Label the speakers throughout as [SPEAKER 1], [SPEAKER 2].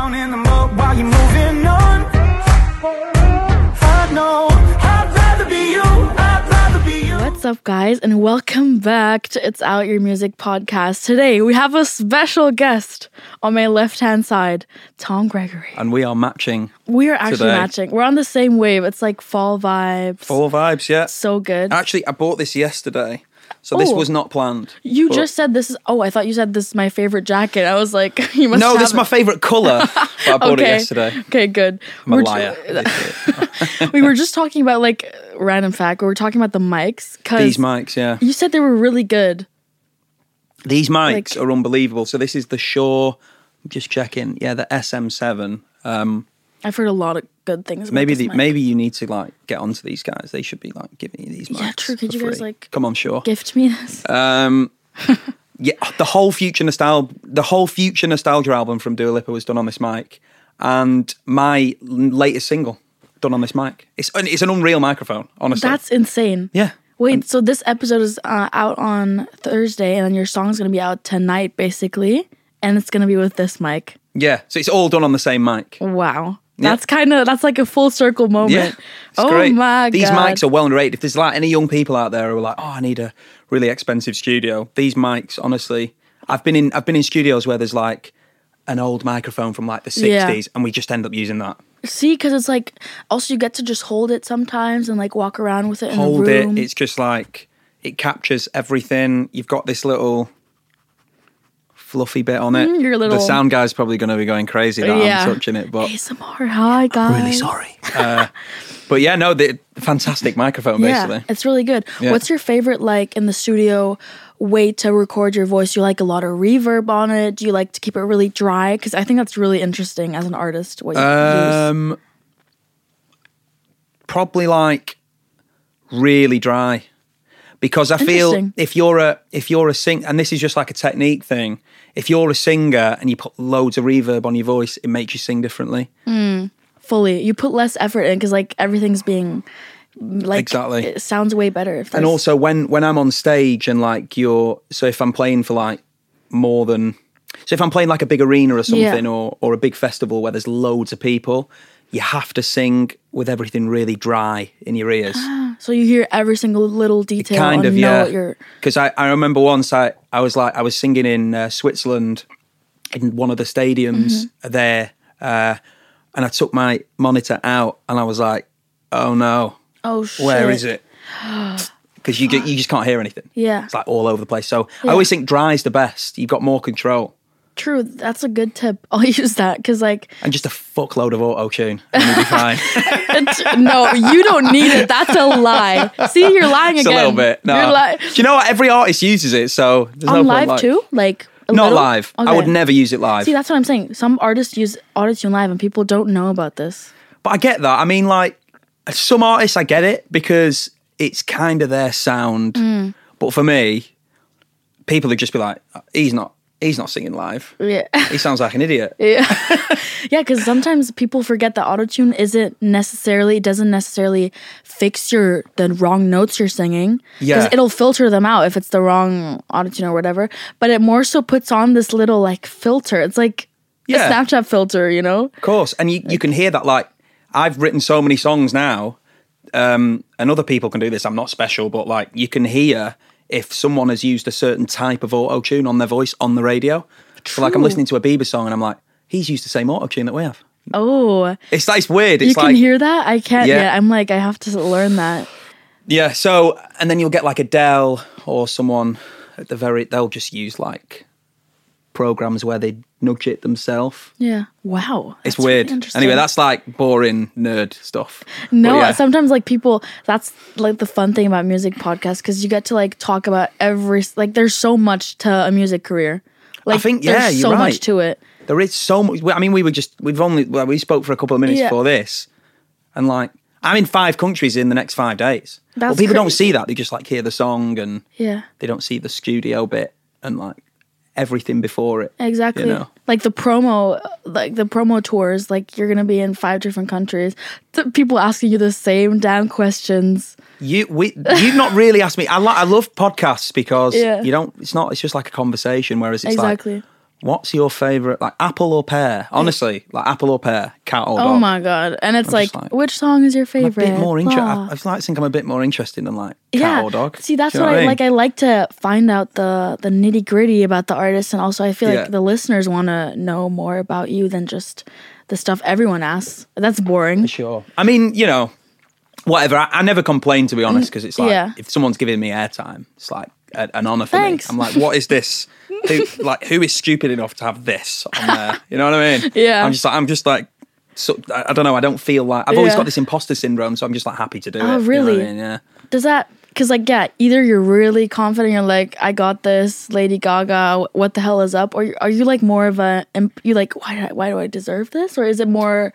[SPEAKER 1] up while you're moving on. I know I'd rather be you. I'd rather be you.
[SPEAKER 2] What's up, guys, and welcome back to It's Out Your Music podcast. Today, we have a special guest on my left hand side, Tom Gregory.
[SPEAKER 3] and we are matching
[SPEAKER 2] We are actually
[SPEAKER 3] Uh, Today.
[SPEAKER 2] matching. We're on the same wave. It's like fall vibes.
[SPEAKER 3] full vibes. Yeah,
[SPEAKER 2] So good.
[SPEAKER 3] actually, I bought this yesterday, so this
[SPEAKER 2] Oh.
[SPEAKER 3] was not planned.
[SPEAKER 2] you
[SPEAKER 3] but-
[SPEAKER 2] just said this is, oh, I thought you said this is my favorite jacket. I was like, you must
[SPEAKER 3] No,
[SPEAKER 2] have
[SPEAKER 3] this is my
[SPEAKER 2] it.
[SPEAKER 3] favorite color. but I bought it yesterday.
[SPEAKER 2] Okay, good.
[SPEAKER 3] I'm a
[SPEAKER 2] We're-
[SPEAKER 3] liar.
[SPEAKER 2] we were just talking about like random fact. We were talking about the mics
[SPEAKER 3] These
[SPEAKER 2] because
[SPEAKER 3] mics, yeah.
[SPEAKER 2] you said they were really good.
[SPEAKER 3] These
[SPEAKER 2] Like-
[SPEAKER 3] mics are unbelievable. So this is the Shaw. I'm just checking. Yeah, the SM7.
[SPEAKER 2] I've heard a lot of good things. about
[SPEAKER 3] Maybe
[SPEAKER 2] this
[SPEAKER 3] the,
[SPEAKER 2] mic.
[SPEAKER 3] maybe you need to like get onto these guys. They should be like giving you these mics.
[SPEAKER 2] Yeah, true. Could
[SPEAKER 3] for
[SPEAKER 2] you guys,
[SPEAKER 3] free.
[SPEAKER 2] like,
[SPEAKER 3] come on, Shaw?
[SPEAKER 2] gift me this.
[SPEAKER 3] Um, yeah, the whole future nostalgia, the whole future nostalgia album from Dua Lipa was done on this mic, and my l- latest single done on this mic. It's an, it's an unreal microphone, honestly.
[SPEAKER 2] That's insane.
[SPEAKER 3] yeah.
[SPEAKER 2] Wait, so this episode is uh, out on Thursday, and then your song's gonna be out tonight, basically, and it's gonna be with this mic.
[SPEAKER 3] Yeah, so it's all done on the same mic.
[SPEAKER 2] Oh Wow, that's kind of that's like a full circle moment.
[SPEAKER 3] Yeah, it's
[SPEAKER 2] oh
[SPEAKER 3] great.
[SPEAKER 2] my
[SPEAKER 3] These
[SPEAKER 2] god,
[SPEAKER 3] mics are well underrated. If there's like any young people out there who are like, "Oh, I need a really expensive studio," these mics, honestly, I've been in I've been in studios where there's like an old microphone from like the '60s,
[SPEAKER 2] Yeah.
[SPEAKER 3] and we just end up using that.
[SPEAKER 2] see, because it's like also you get to just hold it sometimes and like walk around with it in
[SPEAKER 3] hold
[SPEAKER 2] a room.
[SPEAKER 3] it. It's just like it captures everything. You've got this little fluffy bit on it.
[SPEAKER 2] Mm, your little-
[SPEAKER 3] The sound guy's probably going to be going crazy that
[SPEAKER 2] Yeah.
[SPEAKER 3] I'm touching it, but
[SPEAKER 2] ASMR. Hi guys.
[SPEAKER 3] really sorry. uh, but yeah, no, the fantastic microphone
[SPEAKER 2] Yeah,
[SPEAKER 3] basically.
[SPEAKER 2] it's really good.
[SPEAKER 3] Yeah.
[SPEAKER 2] What's your favorite like in the studio way to record your voice? Do you like a lot of reverb on it? Do you like to keep it really dry? Because I think that's really interesting as an artist. What you use.
[SPEAKER 3] Um, probably like really dry, because I feel
[SPEAKER 2] Interesting.
[SPEAKER 3] if you're a if you're a sing and this is just like a technique thing. If you're a singer and you put loads of reverb on your voice, it makes you sing differently.
[SPEAKER 2] fully. You put less effort in because like everything's being mm, like
[SPEAKER 3] Exactly.
[SPEAKER 2] It sounds way better if
[SPEAKER 3] and
[SPEAKER 2] there's-
[SPEAKER 3] also when when I'm on stage and like you're so if I'm playing for like more than so if I'm playing like a big arena or something or or a big festival where there's loads of people, you have to sing with everything really dry in your ears.
[SPEAKER 2] so you hear every single little detail.
[SPEAKER 3] kind
[SPEAKER 2] and
[SPEAKER 3] of
[SPEAKER 2] know
[SPEAKER 3] yeah
[SPEAKER 2] What you're,
[SPEAKER 3] because I, I remember once I, I was like i was singing in uh, switzerland in one of the stadiums
[SPEAKER 2] Mm-hmm.
[SPEAKER 3] there uh, and i took my monitor out and i was like oh no
[SPEAKER 2] oh shit.
[SPEAKER 3] where is it because you, ju- you just can't hear anything
[SPEAKER 2] Yeah.
[SPEAKER 3] it's like all over the place so i always think dry's the best you've got more control
[SPEAKER 2] True. That's a good tip. I'll use that because like
[SPEAKER 3] and just a fuckload of auto tune and you'll be fine
[SPEAKER 2] It's- no, you don't need it. That's a lie. See, you're lying
[SPEAKER 3] just a
[SPEAKER 2] again.
[SPEAKER 3] little bit no
[SPEAKER 2] You're li-
[SPEAKER 3] Do you know what every artist uses it so there's no
[SPEAKER 2] on
[SPEAKER 3] point,
[SPEAKER 2] live
[SPEAKER 3] like-
[SPEAKER 2] too, like a
[SPEAKER 3] not
[SPEAKER 2] little?
[SPEAKER 3] live i
[SPEAKER 2] Okay.
[SPEAKER 3] would never use it live
[SPEAKER 2] See, that's what I'm saying. Some artists use autotune live, and people don't know about this.
[SPEAKER 3] But I get that. I mean, like some artists, I get it because it's kind of their sound.
[SPEAKER 2] Hmm.
[SPEAKER 3] But for me, people would just be like, "He's not. He's not singing live.
[SPEAKER 2] Yeah,
[SPEAKER 3] He sounds like an idiot."
[SPEAKER 2] yeah, because sometimes people forget that autotune isn't necessarily it doesn't necessarily fix your the wrong notes you're singing. 'Cause
[SPEAKER 3] Yeah.
[SPEAKER 2] it'll filter them out if it's the wrong autotune or whatever. But it more so puts on this little like filter. It's like
[SPEAKER 3] Yeah.
[SPEAKER 2] a Snapchat filter, you know.
[SPEAKER 3] Of course, and you, you can hear that. Like I've written so many songs now, um, and other people can do this. I'm not special, but like you can hear if someone has used a certain type of auto tune on their voice on the radio. So like I'm
[SPEAKER 2] True.
[SPEAKER 3] listening to a Bieber song, and I'm like, he's used the same auto tune that we have.
[SPEAKER 2] Oh,
[SPEAKER 3] It's like it's weird. It's
[SPEAKER 2] you
[SPEAKER 3] like
[SPEAKER 2] can hear that? I can't
[SPEAKER 3] Yeah.
[SPEAKER 2] yet. I'm like, I have to learn that.
[SPEAKER 3] Yeah, so and then you'll get like Adele or someone at the very they'll just use like programs where they nudge it themselves.
[SPEAKER 2] Yeah. Wow.
[SPEAKER 3] It's
[SPEAKER 2] that's really
[SPEAKER 3] weird.
[SPEAKER 2] interesting.
[SPEAKER 3] anyway, that's like boring nerd stuff.
[SPEAKER 2] no.
[SPEAKER 3] But yeah.
[SPEAKER 2] Sometimes like people, that's like the fun thing about music podcasts because you get to like talk about every like. There's so much to a music career. Like,
[SPEAKER 3] think- yeah,
[SPEAKER 2] there's
[SPEAKER 3] you're
[SPEAKER 2] so much
[SPEAKER 3] right.
[SPEAKER 2] to it.
[SPEAKER 3] there is so much. I mean, we were just we've only well, we spoke for a couple of minutes
[SPEAKER 2] Yeah.
[SPEAKER 3] before this, and like I'm in five countries in the next five days. Well,
[SPEAKER 2] That's
[SPEAKER 3] people don't
[SPEAKER 2] crazy.
[SPEAKER 3] see that. They just like hear the song and
[SPEAKER 2] Yeah.
[SPEAKER 3] they don't see the studio bit and like everything before it.
[SPEAKER 2] Exactly.
[SPEAKER 3] know.
[SPEAKER 2] Like the promo, like the promo tours. Like you're gonna be in five different countries. The people asking you the same damn questions.
[SPEAKER 3] You we you've not really asked me. I lo- I love podcasts because
[SPEAKER 2] Yeah.
[SPEAKER 3] you don't. It's not. It's just like a conversation. Whereas it's
[SPEAKER 2] Exactly.
[SPEAKER 3] like What's your favorite, like apple or pear? Honestly, like apple or pear, cat or dog.
[SPEAKER 2] Oh my god! And it's like,
[SPEAKER 3] just like-
[SPEAKER 2] which song is your
[SPEAKER 3] I'm a
[SPEAKER 2] favorite?
[SPEAKER 3] bit more interested.
[SPEAKER 2] Blah.
[SPEAKER 3] I, I like to think I'm a bit more interested than like cat
[SPEAKER 2] yeah.
[SPEAKER 3] or dog.
[SPEAKER 2] See,
[SPEAKER 3] Do
[SPEAKER 2] that's
[SPEAKER 3] you know
[SPEAKER 2] what I,
[SPEAKER 3] mean?
[SPEAKER 2] like. I like to find out the the nitty gritty about the artist, and also I feel
[SPEAKER 3] Yeah.
[SPEAKER 2] like the listeners want to know more about you than just the stuff everyone asks. That's boring.
[SPEAKER 3] Sure. I mean, you know, whatever. I, I never complain, to be honest, because it's like
[SPEAKER 2] Yeah.
[SPEAKER 3] if someone's giving me airtime, it's like a, an honor for
[SPEAKER 2] Thanks.
[SPEAKER 3] me. I'm like, what is this? Who like who is stupid enough to have this on there? You know what I mean?
[SPEAKER 2] Yeah.
[SPEAKER 3] I'm just like I'm just like. So, I I don't know. I don't feel like I've always
[SPEAKER 2] Yeah.
[SPEAKER 3] got this imposter syndrome, so I'm just like happy to do it.
[SPEAKER 2] Oh,
[SPEAKER 3] you know what I
[SPEAKER 2] really?
[SPEAKER 3] mean? Yeah.
[SPEAKER 2] Does that? Because like, yeah, either you're really confident, you're like, I got this, Lady Gaga. What the hell is up? Or you- are you like more of a? imp- You like, why? do I- Why do I deserve this? Or is it more?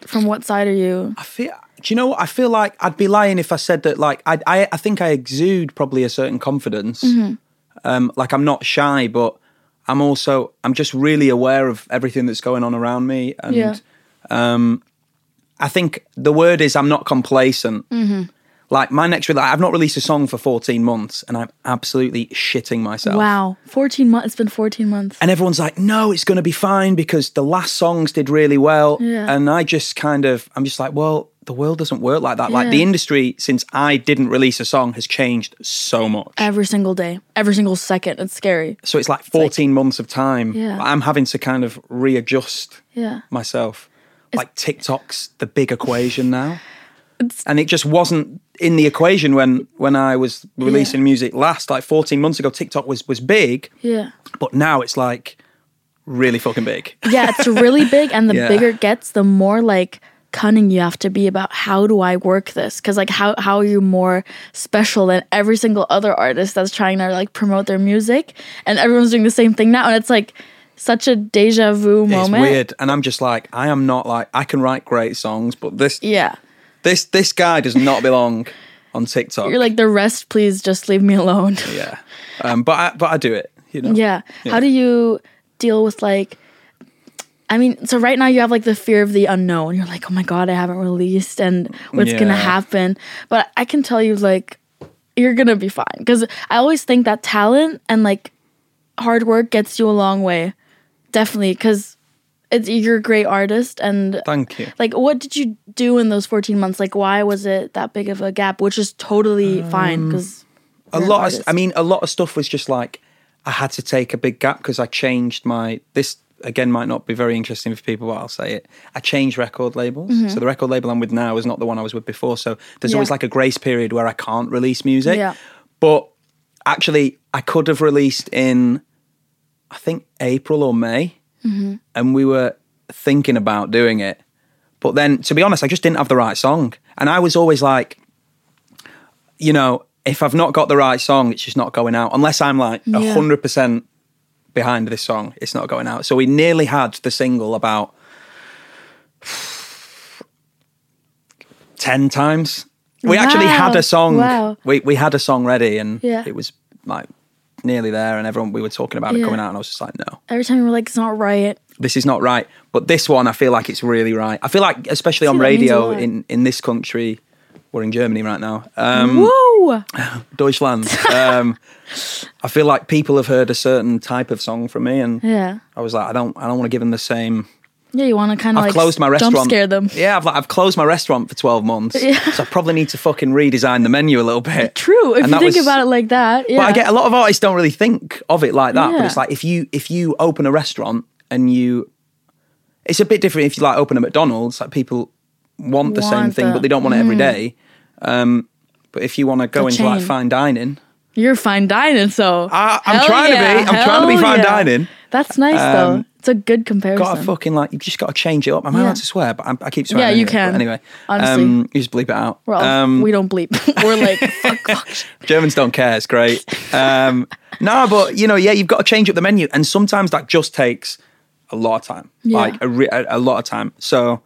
[SPEAKER 2] From what side are you?
[SPEAKER 3] I feel. Do you know what? I feel like I'd be lying if I said that. Like I, I, I think I exude probably a certain confidence.
[SPEAKER 2] Mm-hmm.
[SPEAKER 3] Um, like I'm not shy, but I'm also I'm just really aware of everything that's going on around me, and
[SPEAKER 2] Yeah.
[SPEAKER 3] I think the word is I'm not complacent.
[SPEAKER 2] Mm-hmm.
[SPEAKER 3] Like my next, like, I've not released a song for 14 months, and I'm absolutely shitting myself.
[SPEAKER 2] Wow, fourteen months. It's been fourteen months.
[SPEAKER 3] And everyone's like, no, it's going to be fine because the last songs did really well.
[SPEAKER 2] Yeah.
[SPEAKER 3] And I just kind of, I'm just like, well, the world doesn't work like that. Like
[SPEAKER 2] Yeah.
[SPEAKER 3] the industry, since I didn't release a song, has changed so much.
[SPEAKER 2] Every single day, every single second. It's scary.
[SPEAKER 3] so it's like 14 months of time.
[SPEAKER 2] Yeah.
[SPEAKER 3] I'm having to kind of readjust
[SPEAKER 2] Yeah.
[SPEAKER 3] myself. like TikTok's the big equation now. and it just wasn't in the equation when when I was releasing music last, like 14 months ago, TikTok was was big,
[SPEAKER 2] Yeah.
[SPEAKER 3] but now it's like really fucking big.
[SPEAKER 2] Yeah, it's really big, and the
[SPEAKER 3] Yeah.
[SPEAKER 2] bigger it gets, the more like cunning you have to be about how do I work this? Because like how how are you more special than every single other artist that's trying to like promote their music, and everyone's doing the same thing now, and it's like such a deja vu moment.
[SPEAKER 3] It's weird, and I'm just like, I am not like I can write great songs, but this
[SPEAKER 2] Yeah,
[SPEAKER 3] this this guy does not belong on TikTok.
[SPEAKER 2] you're like the rest, please just leave me alone.
[SPEAKER 3] yeah, um, but I, but I do it, you know.
[SPEAKER 2] Yeah. How do you deal with like I mean, so right now you have like the fear of the unknown. You're like, "Oh my god, I haven't released and what's going to
[SPEAKER 3] Yeah.
[SPEAKER 2] happen." But I can tell you like you're going to be fine cuz I always think that talent and like hard work gets you a long way. Definitely cuz it's you're a great artist and
[SPEAKER 3] Thank you.
[SPEAKER 2] like what did you do in those 14 months? Like why was it that big of a gap, which is totally fine cuz
[SPEAKER 3] Um,
[SPEAKER 2] you're
[SPEAKER 3] a
[SPEAKER 2] an
[SPEAKER 3] lot. Of,
[SPEAKER 2] artist.
[SPEAKER 3] I mean, a lot of stuff was just like I had to take a big gap because I changed my. This again might not be very interesting for people, but I'll say it. I changed record labels, so the record label I'm with now is not the one I was with before. So there's
[SPEAKER 2] Mm-hmm. Yeah.
[SPEAKER 3] always like a grace period where I can't release music.
[SPEAKER 2] Yeah.
[SPEAKER 3] But actually, I could have released in, I think April or May, and we were thinking about doing it. But then, to be honest, I just didn't have the right song, and I was always like you know, if I've not got the right song, it's just not going out. Unless I'm like a
[SPEAKER 2] Yeah.
[SPEAKER 3] 100% behind this song, it's not going out. So we nearly had the single about 10 times. We actually had
[SPEAKER 2] Wow.
[SPEAKER 3] a song.
[SPEAKER 2] Wow.
[SPEAKER 3] We, we had a song ready and
[SPEAKER 2] Yeah.
[SPEAKER 3] it was like nearly there and everyone, we were talking about it
[SPEAKER 2] Yeah.
[SPEAKER 3] going out and I was just like, no,
[SPEAKER 2] every time you're like it's not right.
[SPEAKER 3] this is not right. But this one, I feel like it's really right. I feel like, especially on
[SPEAKER 2] that means a
[SPEAKER 3] radio
[SPEAKER 2] lot.
[SPEAKER 3] in, in this country, we're in Germany right now. Um,
[SPEAKER 2] Mm-hmm. Woo!
[SPEAKER 3] Deutschland. Um, I feel like people have heard a certain type of song from me, and
[SPEAKER 2] Yeah.
[SPEAKER 3] I was like, I don't, I don't want to give them the same.
[SPEAKER 2] Yeah, you want to kind of
[SPEAKER 3] I've
[SPEAKER 2] like
[SPEAKER 3] closed my restaurant.
[SPEAKER 2] Oh, jump scare them.
[SPEAKER 3] Yeah, I've like, I've closed my restaurant for twelve months, so I probably need to fucking redesign the menu a little bit.
[SPEAKER 2] True, if
[SPEAKER 3] And
[SPEAKER 2] you
[SPEAKER 3] that
[SPEAKER 2] think
[SPEAKER 3] was-
[SPEAKER 2] about it like that. Yeah.
[SPEAKER 3] But I get a lot of artists don't really think of it like that. But
[SPEAKER 2] Yeah.
[SPEAKER 3] it's like if you if you open a restaurant and you, it's a bit different if you like open a McDonald's. Like people want the same
[SPEAKER 2] Want
[SPEAKER 3] thing,
[SPEAKER 2] the- Mm.
[SPEAKER 3] but they don't want it every day. Um, but if you want to go
[SPEAKER 2] The
[SPEAKER 3] into like
[SPEAKER 2] chain.
[SPEAKER 3] fine dining,
[SPEAKER 2] You're fine dining, so
[SPEAKER 3] I- I'm
[SPEAKER 2] Hell
[SPEAKER 3] trying to be.
[SPEAKER 2] yeah,
[SPEAKER 3] I'm trying to be
[SPEAKER 2] hell
[SPEAKER 3] fine
[SPEAKER 2] yeah.
[SPEAKER 3] dining.
[SPEAKER 2] That's nice though.
[SPEAKER 3] Um,
[SPEAKER 2] It's a good comparison.
[SPEAKER 3] got to fucking like you've just got to change it up. Am I
[SPEAKER 2] Yeah.
[SPEAKER 3] allowed to swear? But I'm, I keep swearing.
[SPEAKER 2] Yeah, you
[SPEAKER 3] anyway. But
[SPEAKER 2] can.
[SPEAKER 3] Anyway,
[SPEAKER 2] Honestly.
[SPEAKER 3] um, you just bleep it out.
[SPEAKER 2] We're all,
[SPEAKER 3] um,
[SPEAKER 2] we don't bleep. We're like fuck, fuck.
[SPEAKER 3] Germans don't care. It's great. Um, no, but you know, yeah, you've got to change up the menu, and sometimes that just takes a lot of time,
[SPEAKER 2] Yeah.
[SPEAKER 3] like a, re- a, a lot of time. So.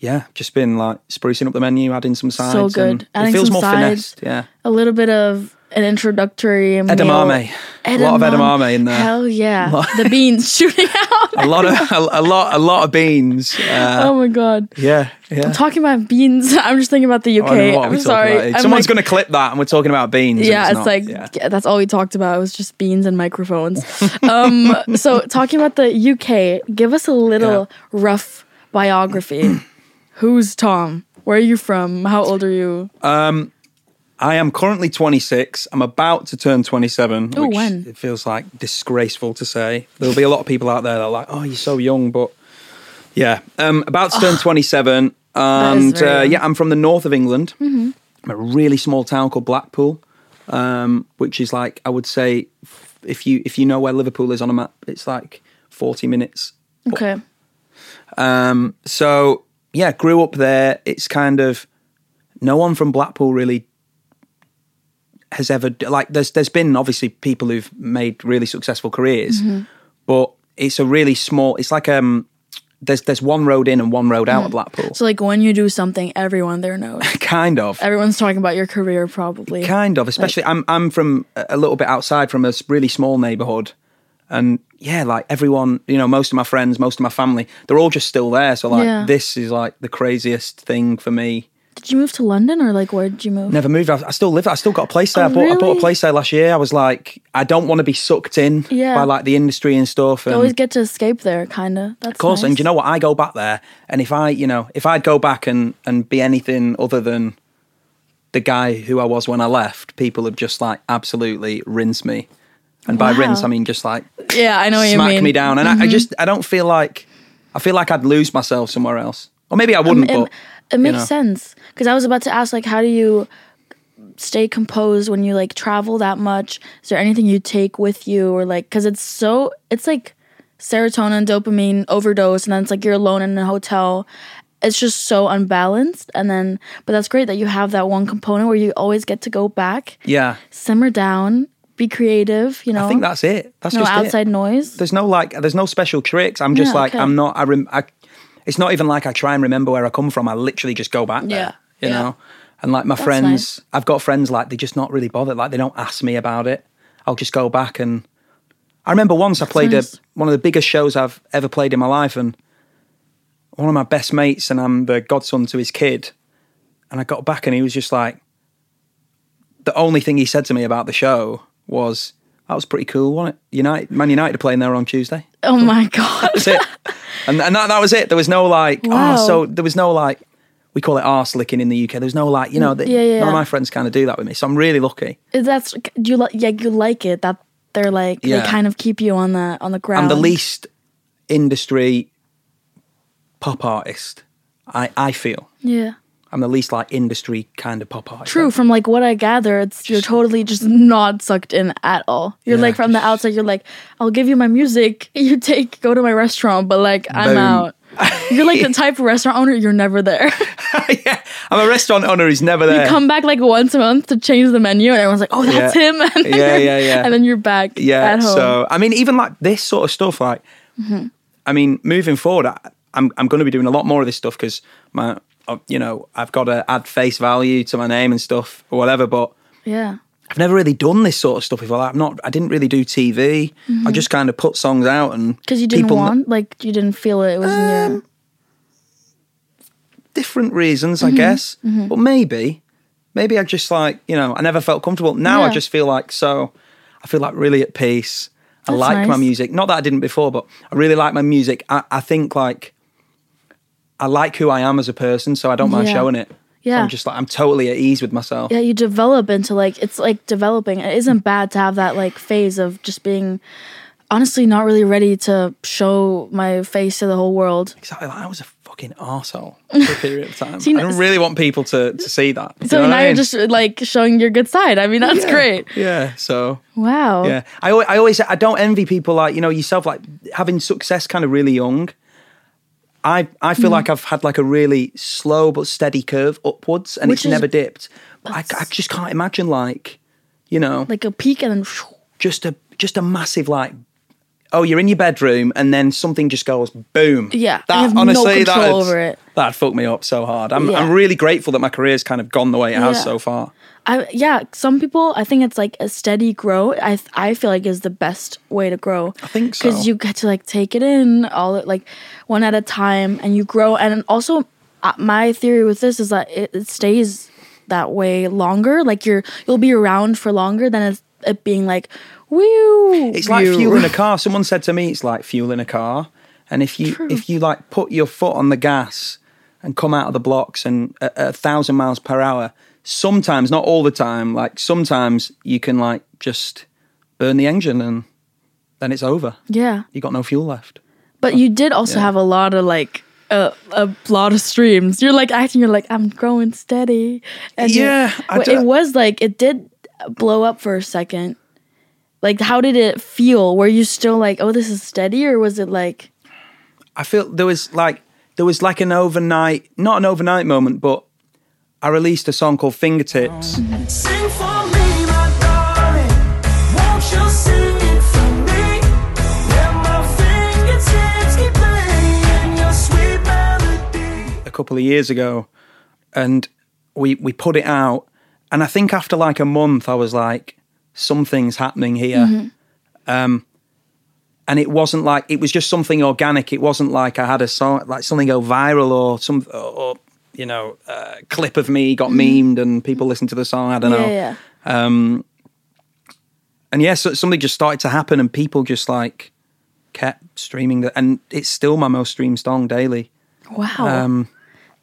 [SPEAKER 3] Yeah, just been like sprucing up the menu, adding some sides.
[SPEAKER 2] So good.
[SPEAKER 3] and
[SPEAKER 2] Adding
[SPEAKER 3] it feels
[SPEAKER 2] some
[SPEAKER 3] more
[SPEAKER 2] sides.
[SPEAKER 3] finessed. Yeah,
[SPEAKER 2] a little bit of an introductory meal.
[SPEAKER 3] Edamame. A lot of
[SPEAKER 2] Edamame.
[SPEAKER 3] edamame in there.
[SPEAKER 2] Hell yeah,
[SPEAKER 3] Lot-
[SPEAKER 2] the beans shooting out.
[SPEAKER 3] A lot of a, a lot a lot of beans. Uh,
[SPEAKER 2] oh my god.
[SPEAKER 3] yeah, yeah.
[SPEAKER 2] Talking about beans, I'm just thinking about the UK.
[SPEAKER 3] Oh, I don't know what
[SPEAKER 2] I'm
[SPEAKER 3] we talk about
[SPEAKER 2] sorry.
[SPEAKER 3] here.
[SPEAKER 2] I'm
[SPEAKER 3] Someone's
[SPEAKER 2] like-
[SPEAKER 3] going to clip that, and we're talking about beans. and
[SPEAKER 2] yeah, it's,
[SPEAKER 3] not-
[SPEAKER 2] like
[SPEAKER 3] yeah.
[SPEAKER 2] yeah, that's all we talked about. It was just beans and microphones. um, so talking about the UK, give us a little rough biography. Who's Tom? Where are you from? How old are you?
[SPEAKER 3] I am currently 26. I'm about to turn 27.
[SPEAKER 2] Ooh,
[SPEAKER 3] which
[SPEAKER 2] when?
[SPEAKER 3] It feels like disgraceful to say. There'll be a lot of people out there that are like, "Oh, you're so young," but yeah, um, about to turn 27,
[SPEAKER 2] is
[SPEAKER 3] and
[SPEAKER 2] very
[SPEAKER 3] uh,
[SPEAKER 2] young. Mm-hmm.
[SPEAKER 3] yeah, I'm from the north of England. I'm a really small town called Blackpool, um, which is like I would say, f- if you if you know where Liverpool is on a map, it's like 40 minutes
[SPEAKER 2] Okay.
[SPEAKER 3] um, so yeah, grew up there. It's kind of no one from Blackpool really has ever like. There's there's been obviously people who've made really successful careers,
[SPEAKER 2] Mm-hmm.
[SPEAKER 3] but it's a really small. It's like um, there's there's one road in and one road out of Blackpool.
[SPEAKER 2] Mm-hmm. So like when you do something, everyone there knows.
[SPEAKER 3] kind of,
[SPEAKER 2] Everyone's talking about your career probably.
[SPEAKER 3] kind of. Especially I'm I'm from a a little bit outside from a s- really small neighborhood. And yeah, like everyone, you know, most of my friends, most of my family, they're all just still there. So like,
[SPEAKER 2] Yeah.
[SPEAKER 3] this is like the craziest thing for me.
[SPEAKER 2] Did you move to London or like where did you move?
[SPEAKER 3] Never moved. I, I still live. I still got a place there.
[SPEAKER 2] Oh,
[SPEAKER 3] I, bought, I bought
[SPEAKER 2] really?
[SPEAKER 3] a place there last year. I was like, I don't want to be sucked in
[SPEAKER 2] Yeah.
[SPEAKER 3] by like the industry and stuff. And
[SPEAKER 2] You always get to escape there, kinda. That's
[SPEAKER 3] of course,
[SPEAKER 2] nice.
[SPEAKER 3] and you know what? I go back there, and if I, you know, if I'd go back and and be anything other than the guy who I was when I left, people have just like absolutely rinsed me. And by
[SPEAKER 2] Wow.
[SPEAKER 3] rinse, I mean just like
[SPEAKER 2] Yeah, I know what you
[SPEAKER 3] smack
[SPEAKER 2] mean. Mm-hmm.
[SPEAKER 3] me down. And I, I just, I don't feel like, I feel like I'd lose myself somewhere else, or maybe I wouldn't.
[SPEAKER 2] it,
[SPEAKER 3] but
[SPEAKER 2] it makes
[SPEAKER 3] know.
[SPEAKER 2] sense because i was about to ask like how do you stay composed when you like travel that much is there anything you take with you or like because it's so it's like serotonin dopamine overdose and then it's like you're alone in a hotel it's just so unbalanced and then but that's great that you have that one component where you always get to go back
[SPEAKER 3] yeah,
[SPEAKER 2] simmer down be creative you know
[SPEAKER 3] I think that's it. That's
[SPEAKER 2] oh. no
[SPEAKER 3] just it.
[SPEAKER 2] outside noise
[SPEAKER 3] there's no like there's no special tricks i'm just
[SPEAKER 2] Yeah,
[SPEAKER 3] like
[SPEAKER 2] okay.
[SPEAKER 3] i'm not I, rem- I it's not even like i try and remember where i come from i literally just go back there
[SPEAKER 2] Yeah,
[SPEAKER 3] you
[SPEAKER 2] yeah.
[SPEAKER 3] know and like my friends
[SPEAKER 2] nice.
[SPEAKER 3] i've got friends like they just not really bothered like they don't ask me about it i'll just go back and i remember once i played
[SPEAKER 2] nice.
[SPEAKER 3] a, one of the biggest shows i've ever played in my life and one of my best mates and i'm the godson to his kid and i got back and he was just like the only thing he said to me about the show was that was pretty cool, wasn't it? United, Man United are playing there on Tuesday.
[SPEAKER 2] oh my god
[SPEAKER 3] That's it. and and that, that was it. There was no like,
[SPEAKER 2] Wow.
[SPEAKER 3] oh, so there was no like, we call it arse licking in the UK. There was no like, you know, the,
[SPEAKER 2] Mm, yeah, yeah.
[SPEAKER 3] none of my friends kind of do that with me. So I'm really lucky.
[SPEAKER 2] Is that's do you like yeah you like it that they're like
[SPEAKER 3] Yeah.
[SPEAKER 2] they kind of keep you on the on the ground.
[SPEAKER 3] I'm the least industry pop artist, I, I feel.
[SPEAKER 2] Yeah.
[SPEAKER 3] I'm the least like industry kind of pop artist.
[SPEAKER 2] True. From like what I gather, it's you're totally just not sucked in at all. You're
[SPEAKER 3] Yeah,
[SPEAKER 2] like from the outside. You're like, I'll give you my music. You take go to my restaurant, but like I'm
[SPEAKER 3] Boom.
[SPEAKER 2] out. You're like the type of restaurant owner. You're never there.
[SPEAKER 3] yeah, I'm a restaurant owner who's never there.
[SPEAKER 2] you come back like once a month to change the menu, and everyone's like, "Oh, that's
[SPEAKER 3] Yeah.
[SPEAKER 2] him." And then
[SPEAKER 3] Yeah,
[SPEAKER 2] you're-
[SPEAKER 3] yeah, yeah.
[SPEAKER 2] And then you're back.
[SPEAKER 3] yeah
[SPEAKER 2] At home. Mm-hmm.
[SPEAKER 3] so i mean even like this sort of stuff like i mean moving forward I, i'm, I'm going to be doing a lot more of this stuff because my uh, you know i've got to add face value to my name and stuff or whatever but
[SPEAKER 2] yeah.
[SPEAKER 3] i've never really done this sort of stuff before like, i'm not i didn't really do tv i just kind of put songs out and
[SPEAKER 2] Mm-hmm. Because you didn't
[SPEAKER 3] people- Um,
[SPEAKER 2] want, like, you didn't feel it. It was in your.
[SPEAKER 3] different reasons
[SPEAKER 2] Mm-hmm.
[SPEAKER 3] i guess but maybe maybe i just like you know i never felt comfortable now i
[SPEAKER 2] Yeah.
[SPEAKER 3] just feel like so i feel like really at peace i
[SPEAKER 2] That's
[SPEAKER 3] like my
[SPEAKER 2] nice.
[SPEAKER 3] music not that i didn't before but i really like my music i, I think like i like who i am as a person so i don't mind
[SPEAKER 2] Yeah.
[SPEAKER 3] showing it
[SPEAKER 2] Yeah.
[SPEAKER 3] i'm just like i'm totally at ease with myself
[SPEAKER 2] yeah you develop into like it's like developing it isn't bad to have that like phase of just being honestly not really ready to show my face to the whole world
[SPEAKER 3] exactly like, i was a fucking arsehole for a period of time i don't really want people to, to see that Do you
[SPEAKER 2] so
[SPEAKER 3] know what
[SPEAKER 2] now
[SPEAKER 3] I
[SPEAKER 2] you're
[SPEAKER 3] mean?
[SPEAKER 2] just like showing your good side i mean that's
[SPEAKER 3] Yeah.
[SPEAKER 2] great
[SPEAKER 3] yeah so
[SPEAKER 2] wow
[SPEAKER 3] Yeah, I, al- I always I don't envy people like you know yourself like having success kind of really young. I I
[SPEAKER 2] Mm.
[SPEAKER 3] feel like I've had like a really slow but steady curve upwards, and
[SPEAKER 2] Which
[SPEAKER 3] it's
[SPEAKER 2] is-
[SPEAKER 3] never dipped. But I, I just can't imagine like you know
[SPEAKER 2] like a peak and then
[SPEAKER 3] just a just a massive like oh, you're in your bedroom, and then something just goes boom.
[SPEAKER 2] Yeah,
[SPEAKER 3] that
[SPEAKER 2] I have no
[SPEAKER 3] honestly,
[SPEAKER 2] control
[SPEAKER 3] that
[SPEAKER 2] over it.
[SPEAKER 3] that fucked me up so hard. I'm
[SPEAKER 2] Yeah.
[SPEAKER 3] I'm really grateful that my career's kind of gone the way it
[SPEAKER 2] Yeah.
[SPEAKER 3] has so far.
[SPEAKER 2] I yeah, some people I think it's like a steady grow. I th- I feel like is the best way to grow. I
[SPEAKER 3] think so.
[SPEAKER 2] because you get to like take it in all at- like one at a time, and you grow. And also, uh, my theory with this is that it, it stays that way longer. Like you're you'll be around for longer than it, it being like woo.
[SPEAKER 3] It's like fueling a car. Someone said to me, it's like fueling a car. And if you if you like put your foot on the gas and come out of the blocks and at a thousand miles per hour, sometimes not all the time, like sometimes you can like just burn the engine and then it's over.
[SPEAKER 2] yeah.
[SPEAKER 3] You got no fuel left.
[SPEAKER 2] But you did also
[SPEAKER 3] Yeah.
[SPEAKER 2] have a lot of like a, a lot of streams. You're like acting. You're like I'm growing steady. And you-
[SPEAKER 3] Yeah, I
[SPEAKER 2] Wh-
[SPEAKER 3] d-
[SPEAKER 2] it was like it did blow up for a second. Like, how did it feel? Were you still like, oh, this is steady, or was it like,
[SPEAKER 3] I feel there was like there was like an overnight, not an overnight moment, but I released a song called Fingertips.
[SPEAKER 1] Sing for me, my darling. Won't you sing it for me? Let my fingertips keep playing your sweet melody.
[SPEAKER 3] a couple of years ago and we we put it out and I think after like a month I was like something's happening here
[SPEAKER 2] Mm-hmm.
[SPEAKER 3] um and it wasn't like it was just something organic it wasn't like I had a song like something go viral or some or you know uh, clip of me got memed and people listened to the song I don't
[SPEAKER 2] Mm-hmm. yeah, yeah,
[SPEAKER 3] know and yeah so, something just started to happen and people just like kept streaming the, and it's still my most streamed song daily
[SPEAKER 2] wow,
[SPEAKER 3] um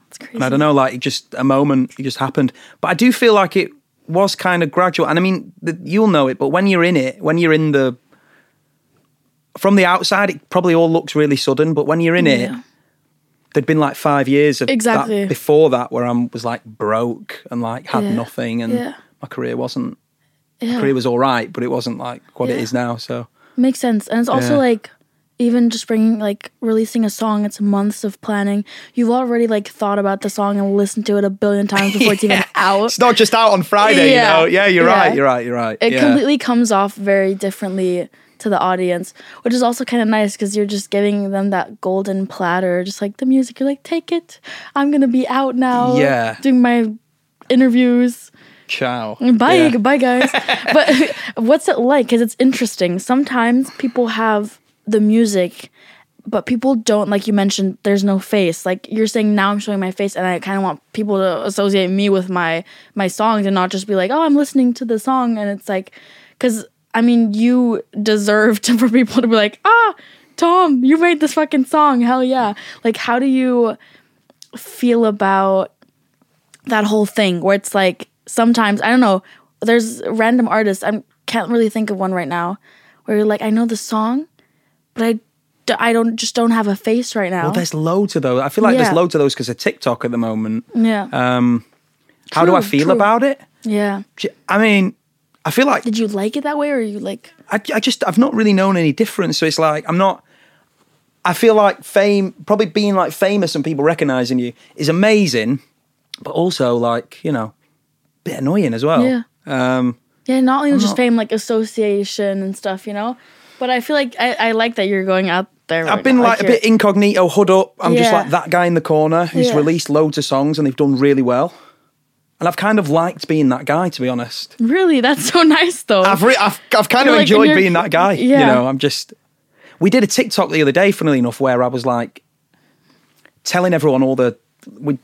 [SPEAKER 2] that's crazy.
[SPEAKER 3] And I don't know, like it just a moment, it just happened. But I do feel like it was kind of gradual. And I mean, the, you'll know it, but when you're in it, when you're in the, from the outside, it probably all looks really sudden. But when you're in
[SPEAKER 2] Yeah.
[SPEAKER 3] it, there'd been like five years of that
[SPEAKER 2] Exactly.
[SPEAKER 3] before that where I was like broke and like had
[SPEAKER 2] Yeah.
[SPEAKER 3] nothing, and
[SPEAKER 2] Yeah.
[SPEAKER 3] my career wasn't.
[SPEAKER 2] Yeah.
[SPEAKER 3] Career was all right, but it wasn't like what it
[SPEAKER 2] Yeah.
[SPEAKER 3] is now. So
[SPEAKER 2] Makes sense. And it's also
[SPEAKER 3] Yeah.
[SPEAKER 2] like even just bringing like releasing a song, it's months of planning. You've already like thought about the song and listened to it a billion times before it's even out.
[SPEAKER 3] it's not just out on Friday,
[SPEAKER 2] Yeah.
[SPEAKER 3] you know. Yeah, you're
[SPEAKER 2] Yeah.
[SPEAKER 3] right. You're right. You're right.
[SPEAKER 2] it
[SPEAKER 3] yeah.
[SPEAKER 2] completely comes off very differently to the audience, which is also kind of nice because you're just giving them that golden platter, just like the music. You're like, take it. I'm gonna be out now.
[SPEAKER 3] Yeah.
[SPEAKER 2] doing my interviews.
[SPEAKER 3] Ciao.
[SPEAKER 2] Bye,
[SPEAKER 3] Yeah.
[SPEAKER 2] bye, guys. but what's it like? Because it's interesting. Sometimes people have the music. But people don't like you mentioned. There's no face. Like you're saying now, I'm showing my face, and I kind of want people to associate me with my my songs and not just be like, oh, I'm listening to the song, and it's like, because I mean, you deserve to, for people to be like, ah, Tom, you made this fucking song, hell yeah. Like, how do you feel about that whole thing where it's like sometimes I don't know. There's random artists. I can't really think of one right now where you're like, I know the song, but I, d- I don't just don't have a face right now.
[SPEAKER 3] Well, Oh, there's loads of those. I feel like
[SPEAKER 2] Yeah.
[SPEAKER 3] there's loads of those because of TikTok at the moment.
[SPEAKER 2] yeah,
[SPEAKER 3] How do I
[SPEAKER 2] True,
[SPEAKER 3] feel
[SPEAKER 2] true.
[SPEAKER 3] about it?
[SPEAKER 2] yeah.
[SPEAKER 3] J- I mean, I feel like
[SPEAKER 2] Did you like it that way, or are you like,
[SPEAKER 3] I, I just I've not really known any difference. So it's like I'm not. I feel like fame, probably being like famous and people recognizing you is amazing, but also like you know, a bit annoying as well.
[SPEAKER 2] Yeah.
[SPEAKER 3] oh, Um,
[SPEAKER 2] yeah? Not only just
[SPEAKER 3] not-
[SPEAKER 2] fame, like association and stuff, you know. But I feel like I, I like that you're going out there. right
[SPEAKER 3] I've been
[SPEAKER 2] now,
[SPEAKER 3] like a
[SPEAKER 2] you're-
[SPEAKER 3] bit incognito, hood up. I'm just
[SPEAKER 2] Yeah.
[SPEAKER 3] like that guy in the corner who's
[SPEAKER 2] Yeah.
[SPEAKER 3] released loads of songs and they've done really well. And I've kind of liked being that guy, to be honest.
[SPEAKER 2] Really, that's so nice though.
[SPEAKER 3] I've, re- I've, I've kind of
[SPEAKER 2] You're like-
[SPEAKER 3] enjoyed
[SPEAKER 2] you're-
[SPEAKER 3] being that guy. You
[SPEAKER 2] yeah.
[SPEAKER 3] know, I'm just. We did a TikTok the other day, funnily enough, where I was like telling everyone all the. We,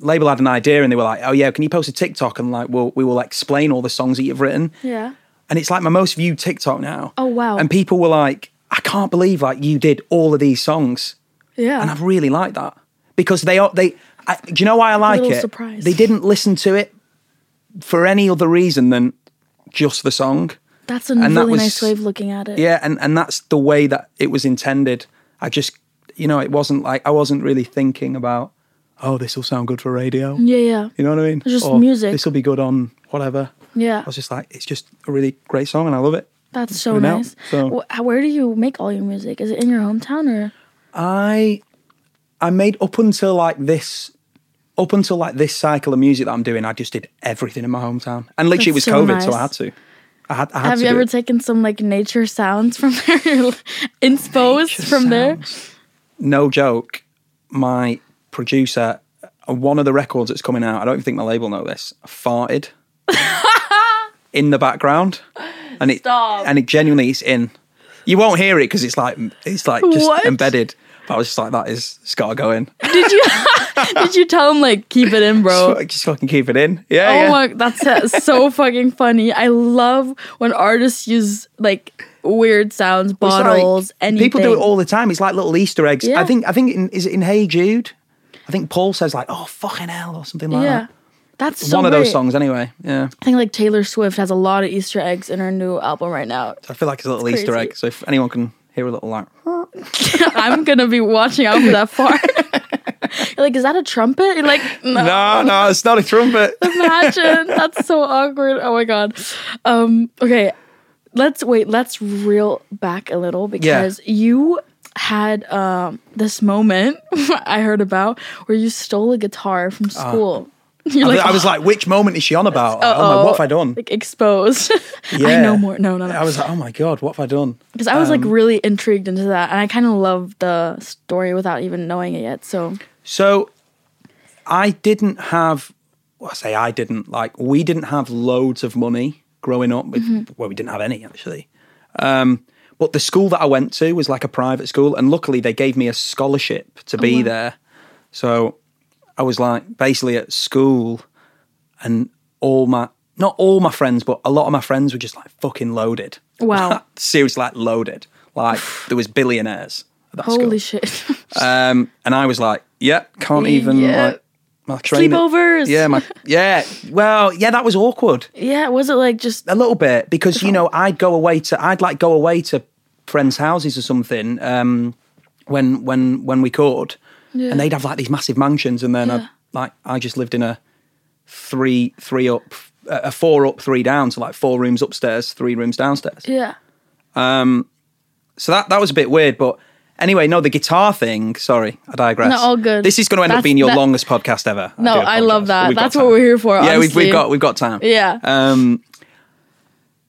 [SPEAKER 3] Label had an idea and they were like, oh yeah, can you post a TikTok? And like, we'll, we will explain all the songs that you've written.
[SPEAKER 2] yeah.
[SPEAKER 3] And it's like my most viewed TikTok now.
[SPEAKER 2] Oh, wow.
[SPEAKER 3] And people were like, I can't believe like you did all of these songs.
[SPEAKER 2] Yeah.
[SPEAKER 3] And I've really liked that because they are they. I, do you know why I like
[SPEAKER 2] little
[SPEAKER 3] it?
[SPEAKER 2] surprise.
[SPEAKER 3] They didn't listen to it for any other reason than just the song.
[SPEAKER 2] that's a
[SPEAKER 3] and
[SPEAKER 2] really
[SPEAKER 3] that was-
[SPEAKER 2] nice way of looking at it.
[SPEAKER 3] Yeah, and and that's the way that it was intended. I just, you know, it wasn't like I wasn't really thinking about, oh, this will sound good for radio.
[SPEAKER 2] Yeah. Yeah.
[SPEAKER 3] You know what I mean?
[SPEAKER 2] Mm. It's just music.
[SPEAKER 3] This will be good on whatever.
[SPEAKER 2] Yeah.
[SPEAKER 3] I was just like, it's just a really great song, and I love it.
[SPEAKER 2] That's so
[SPEAKER 3] it out,
[SPEAKER 2] nice.
[SPEAKER 3] so-
[SPEAKER 2] Wh- how- where do you make all your music? Is it in your hometown or?
[SPEAKER 3] I I made up until like this up until like this cycle of music that I'm doing, I just did everything in my hometown. And literally
[SPEAKER 2] That's
[SPEAKER 3] it
[SPEAKER 2] so
[SPEAKER 3] was COVID, so
[SPEAKER 2] nice.
[SPEAKER 3] I had to. I had, I had
[SPEAKER 2] Have
[SPEAKER 3] to
[SPEAKER 2] you
[SPEAKER 3] do
[SPEAKER 2] ever
[SPEAKER 3] it.
[SPEAKER 2] taken some like nature sounds from there? Inspos
[SPEAKER 3] Just
[SPEAKER 2] from there?
[SPEAKER 3] sounds. No joke. My producer, on one of the records that's coming out, I don't even think my label know this, farted in the background, and it
[SPEAKER 2] Stop.
[SPEAKER 3] and it genuinely is in. You won't hear it because it's like it's like just
[SPEAKER 2] What?
[SPEAKER 3] embedded. But I was just like, that is it's got to go in.
[SPEAKER 2] Did you did you tell him like keep it in, bro?
[SPEAKER 3] just fucking keep it in. Yeah.
[SPEAKER 2] Oh
[SPEAKER 3] yeah.
[SPEAKER 2] my, that's that's so fucking funny. I love when artists use like weird sounds,
[SPEAKER 3] It's like-
[SPEAKER 2] bottles, anything.
[SPEAKER 3] People do it all the time. It's like little Easter eggs.
[SPEAKER 2] Yeah.
[SPEAKER 3] I think. I think. In, is it in Hey Jude? I think Paul says like, "Oh fucking hell" or something like
[SPEAKER 2] Yeah,
[SPEAKER 3] that.
[SPEAKER 2] that's so
[SPEAKER 3] One of those
[SPEAKER 2] weird.
[SPEAKER 3] songs, anyway. Yeah.
[SPEAKER 2] I think like Taylor Swift has a lot of Easter eggs in her new album right now.
[SPEAKER 3] I feel like it's a little
[SPEAKER 2] It's
[SPEAKER 3] Easter
[SPEAKER 2] crazy.
[SPEAKER 3] egg. So if anyone can hear a little like,
[SPEAKER 2] I'm gonna be watching out for that part. You're like, is that a trumpet? You're like, no.
[SPEAKER 3] no, no, it's not a trumpet.
[SPEAKER 2] Imagine that's so awkward. Oh my god. Um. Okay. Let's wait. Let's reel back a little because you had um this moment I heard about where you stole a guitar from
[SPEAKER 3] Ah.
[SPEAKER 2] school. You're
[SPEAKER 3] I was like, which moment is she on about? Like, oh my, what have I done?
[SPEAKER 2] Like exposed. I
[SPEAKER 3] Yeah.
[SPEAKER 2] know more. No, no,
[SPEAKER 3] I
[SPEAKER 2] no.
[SPEAKER 3] was um, like, oh my god, what have I done?
[SPEAKER 2] Because I was like really intrigued into that, and I kind of love the story without even knowing it yet. So
[SPEAKER 3] So I didn't have, well, I say I didn't, like, we didn't have loads of money growing up. With,
[SPEAKER 2] Mm-hmm.
[SPEAKER 3] Well, we didn't have any actually. Um, but the school that I went to was like a private school, and luckily they gave me a scholarship to
[SPEAKER 2] Oh,
[SPEAKER 3] be there. So I was like basically at school, and all my, not all my friends, but a lot of my friends were just like fucking loaded.
[SPEAKER 2] Wow.
[SPEAKER 3] Seriously, like loaded. Like there was billionaires at that school.
[SPEAKER 2] holy shit.
[SPEAKER 3] Um, and I was like, yeah, can't even
[SPEAKER 2] Yeah.
[SPEAKER 3] like my train.
[SPEAKER 2] Sleepovers.
[SPEAKER 3] Yeah, my yeah. Well, yeah, that was awkward
[SPEAKER 2] yeah. Was it like just
[SPEAKER 3] a little bit because you know I'd go away to I'd like go away to friends' houses or something um, when when when we could, and they'd have like these massive mansions, and then
[SPEAKER 2] Yeah.
[SPEAKER 3] I, like I just lived in a three three up a a four up three down, so like four rooms upstairs, three rooms downstairs.
[SPEAKER 2] yeah?
[SPEAKER 3] So that that was a bit weird, but anyway, no, the guitar thing. Sorry, I digress.
[SPEAKER 2] No, all good.
[SPEAKER 3] This is going to end
[SPEAKER 2] That's-
[SPEAKER 3] up being your
[SPEAKER 2] that-
[SPEAKER 3] longest podcast ever.
[SPEAKER 2] No,
[SPEAKER 3] do
[SPEAKER 2] I love
[SPEAKER 3] apologise,
[SPEAKER 2] that.
[SPEAKER 3] but we've got
[SPEAKER 2] That's what
[SPEAKER 3] time.
[SPEAKER 2] we're here for,
[SPEAKER 3] Yeah, we've,
[SPEAKER 2] honestly.
[SPEAKER 3] we've got we've got time.
[SPEAKER 2] Yeah.
[SPEAKER 3] Um.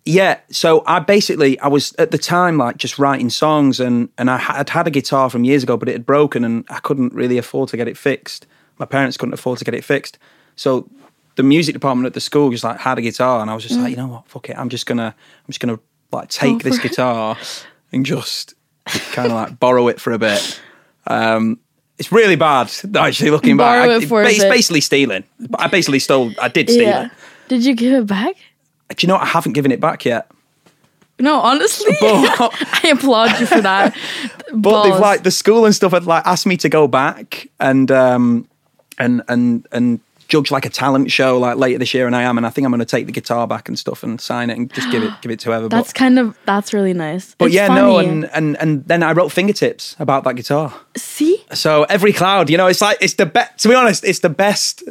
[SPEAKER 3] Yeah. So I basically I was at the time like just writing songs and and I had had a guitar from years ago, but it had broken and I couldn't really afford to get it fixed. My parents couldn't afford to get it fixed, so. The music department at the school just like had a guitar, and I was just like, you know what, fuck it, I'm just gonna, I'm just gonna like take
[SPEAKER 2] Mm. Go
[SPEAKER 3] this
[SPEAKER 2] for it.
[SPEAKER 3] guitar and just kind of like borrow it for a bit. Um, it's really bad actually looking back.
[SPEAKER 2] Borrow
[SPEAKER 3] I-
[SPEAKER 2] it for a
[SPEAKER 3] it's
[SPEAKER 2] bit.
[SPEAKER 3] basically stealing. I basically stole. I did steal
[SPEAKER 2] Yeah. Did you give it back?
[SPEAKER 3] it. Do you know what? I haven't given it back yet.
[SPEAKER 2] No, honestly,
[SPEAKER 3] But
[SPEAKER 2] I applaud you for that.
[SPEAKER 3] but they've like the school and stuff had like asked me to go back and um and and and judge like a talent show like later this year and I am and I think I'm going to take the guitar back and stuff and sign it and just give it give it to whoever. but-
[SPEAKER 2] that's kind of that's really nice.
[SPEAKER 3] but
[SPEAKER 2] It's
[SPEAKER 3] yeah, no,
[SPEAKER 2] funny.
[SPEAKER 3] and, and and then I wrote fingertips about that guitar.
[SPEAKER 2] see,
[SPEAKER 3] So every cloud, you know, it's like it's the best. To be honest, it's the best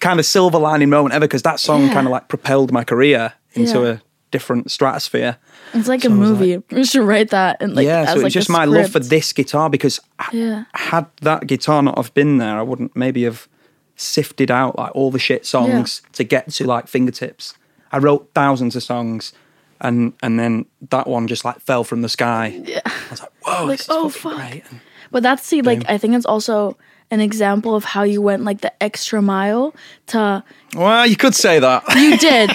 [SPEAKER 3] kind of silver lining moment ever because that song
[SPEAKER 2] Yeah.
[SPEAKER 3] kind of like propelled my career into
[SPEAKER 2] Yeah.
[SPEAKER 3] a different stratosphere.
[SPEAKER 2] it's like a
[SPEAKER 3] I was like-
[SPEAKER 2] movie. we should write that and like
[SPEAKER 3] yeah,
[SPEAKER 2] as
[SPEAKER 3] so it's
[SPEAKER 2] like a
[SPEAKER 3] just my love for
[SPEAKER 2] script.
[SPEAKER 3] this guitar because h-
[SPEAKER 2] Yeah.
[SPEAKER 3] had that guitar not have been there, I wouldn't maybe have sifted out like all the shit songs to get to like fingertips. I wrote thousands of songs. And and then that one just like fell from the sky. Yeah. I was like, whoa,
[SPEAKER 2] Like,
[SPEAKER 3] this is
[SPEAKER 2] oh,
[SPEAKER 3] fucking
[SPEAKER 2] fuck.
[SPEAKER 3] great. And-
[SPEAKER 2] But that's see, like I think it's also an example of how you went like the extra mile to
[SPEAKER 3] well, you could say that.
[SPEAKER 2] you did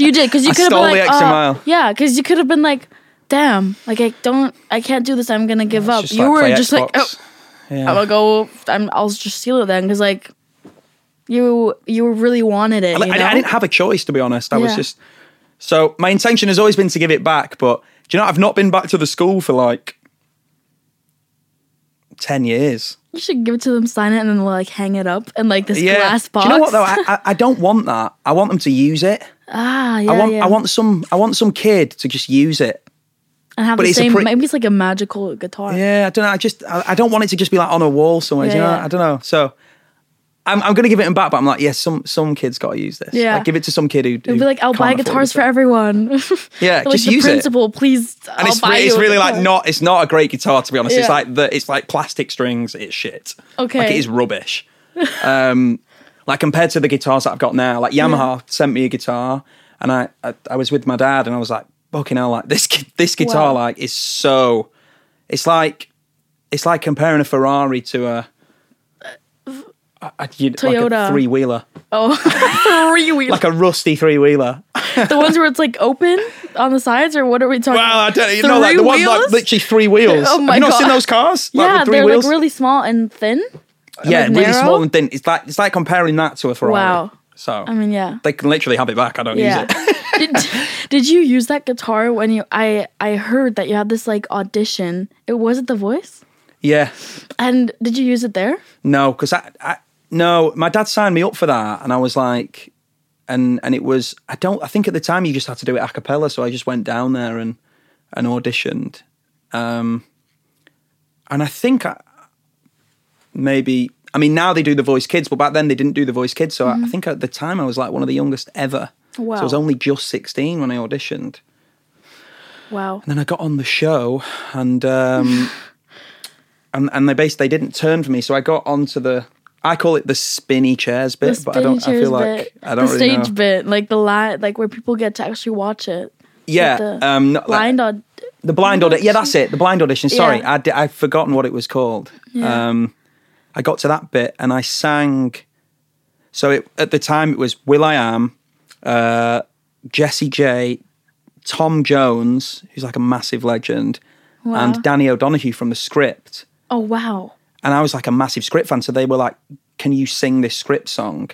[SPEAKER 2] you did because you could have been
[SPEAKER 3] stole the
[SPEAKER 2] like
[SPEAKER 3] extra
[SPEAKER 2] uh,
[SPEAKER 3] mile.
[SPEAKER 2] yeah because you could have been like damn like I don't I can't do this I'm gonna give up
[SPEAKER 3] Just,
[SPEAKER 2] you
[SPEAKER 3] like,
[SPEAKER 2] were
[SPEAKER 3] play
[SPEAKER 2] just like
[SPEAKER 3] Xbox.
[SPEAKER 2] oh,
[SPEAKER 3] Yeah.
[SPEAKER 2] I'll go. I'm, I'll just steal it then, because like you you really wanted it.
[SPEAKER 3] I-
[SPEAKER 2] oh, you
[SPEAKER 3] I, I
[SPEAKER 2] know?
[SPEAKER 3] didn't have a choice, to be honest. I was
[SPEAKER 2] Yeah.
[SPEAKER 3] just so my intention has always been to give it back, but do you know I've not been back to the school for like ten years.
[SPEAKER 2] you should give it to them, sign it, and then like hang it up in like this glass box.
[SPEAKER 3] Do you know what though? I, I, I don't want that. I want them to use it.
[SPEAKER 2] ah, yeah,
[SPEAKER 3] I want
[SPEAKER 2] yeah.
[SPEAKER 3] I want some I want some kid to just use it.
[SPEAKER 2] and have
[SPEAKER 3] but
[SPEAKER 2] the
[SPEAKER 3] it's a
[SPEAKER 2] same.
[SPEAKER 3] pre-
[SPEAKER 2] maybe it's like a magical guitar.
[SPEAKER 3] Yeah, I don't know. I just I, I don't want it to just be like on a wall somewhere. do you
[SPEAKER 2] Yeah,
[SPEAKER 3] know?
[SPEAKER 2] yeah.
[SPEAKER 3] I don't know. So I'm I'm gonna give it back, but I'm like, yeah, some some kid's got to use this.
[SPEAKER 2] Yeah.
[SPEAKER 3] Like, give it to some kid who.
[SPEAKER 2] It'd be like, I'll buy guitars for everyone.
[SPEAKER 3] Yeah,
[SPEAKER 2] like
[SPEAKER 3] just
[SPEAKER 2] the
[SPEAKER 3] use it.
[SPEAKER 2] principal, please.
[SPEAKER 3] and
[SPEAKER 2] I'll
[SPEAKER 3] it's,
[SPEAKER 2] buy
[SPEAKER 3] re-
[SPEAKER 2] you
[SPEAKER 3] it's
[SPEAKER 2] a
[SPEAKER 3] really like
[SPEAKER 2] guitar.
[SPEAKER 3] not it's not a great guitar to be honest it's
[SPEAKER 2] Yeah.
[SPEAKER 3] like the it's like plastic strings it's shit like
[SPEAKER 2] Okay.
[SPEAKER 3] it is rubbish um like compared to the guitars that i've got now like yamaha sent me a guitar And I, I, I was with my dad, and I was like, "Fucking hell! Like this, gu- this guitar,
[SPEAKER 2] Wow.
[SPEAKER 3] like, is so. It's like, it's like comparing a Ferrari to a, a, a you- like a
[SPEAKER 2] Toyota.
[SPEAKER 3] three wheeler,
[SPEAKER 2] Oh, three wheels.
[SPEAKER 3] like a rusty three wheeler.
[SPEAKER 2] the ones where it's like open on the sides, or what are we talking?
[SPEAKER 3] Well, I don't, you
[SPEAKER 2] Three
[SPEAKER 3] know, like the one like
[SPEAKER 2] wheels?
[SPEAKER 3] literally three wheels.
[SPEAKER 2] Oh my
[SPEAKER 3] Have you not seen
[SPEAKER 2] God.
[SPEAKER 3] those cars? Like,
[SPEAKER 2] yeah,
[SPEAKER 3] with 3
[SPEAKER 2] they're
[SPEAKER 3] wheels?
[SPEAKER 2] like really small and thin.
[SPEAKER 3] yeah,
[SPEAKER 2] like,
[SPEAKER 3] really
[SPEAKER 2] narrow?
[SPEAKER 3] small and thin. It's like it's like comparing that to a Ferrari.
[SPEAKER 2] Wow.
[SPEAKER 3] So
[SPEAKER 2] I mean, yeah.
[SPEAKER 3] they can literally have it back. I don't
[SPEAKER 2] Yeah.
[SPEAKER 3] use it.
[SPEAKER 2] did, did you use that guitar when you? I I heard that you had this like audition. It was it The Voice,
[SPEAKER 3] yeah,
[SPEAKER 2] and did you use it there?
[SPEAKER 3] no, because I, I no, my dad signed me up for that, and I was like, and and it was I don't I think at the time you just had to do it a cappella, so I just went down there and and auditioned, um, and I think I maybe. I mean, now they do the voice kids, but back then they didn't do the voice kids. So I- I think at the time I was like one of the youngest ever. So I was
[SPEAKER 2] Mm-hmm. Wow.
[SPEAKER 3] only just 16 when I auditioned.
[SPEAKER 2] Wow.
[SPEAKER 3] And then I got on the show, and um, and and they basically they didn't turn for me, so I got onto the I call it the spinny chairs bit,
[SPEAKER 2] The
[SPEAKER 3] but I don't. I
[SPEAKER 2] spinning
[SPEAKER 3] feel
[SPEAKER 2] chairs
[SPEAKER 3] like
[SPEAKER 2] bit,
[SPEAKER 3] I don't
[SPEAKER 2] the
[SPEAKER 3] really
[SPEAKER 2] stage
[SPEAKER 3] know.
[SPEAKER 2] bit, like the line, like where people get to actually watch it.
[SPEAKER 3] yeah,
[SPEAKER 2] the
[SPEAKER 3] um, not that-
[SPEAKER 2] Blind on.
[SPEAKER 3] the blind audition. Yeah, that's it. The blind audition. Sorry,
[SPEAKER 2] Yeah.
[SPEAKER 3] I di- I've forgotten what it was called.
[SPEAKER 2] Yeah.
[SPEAKER 3] Um, I got to that bit and I sang. So it, at the time it was Will I Am, uh, Jesse J, Tom Jones, who's like a massive legend,
[SPEAKER 2] Wow.
[SPEAKER 3] and Danny O'Donoghue from the script.
[SPEAKER 2] Oh wow.
[SPEAKER 3] and I was like a massive script fan, so they were like, "Can you sing this script song?"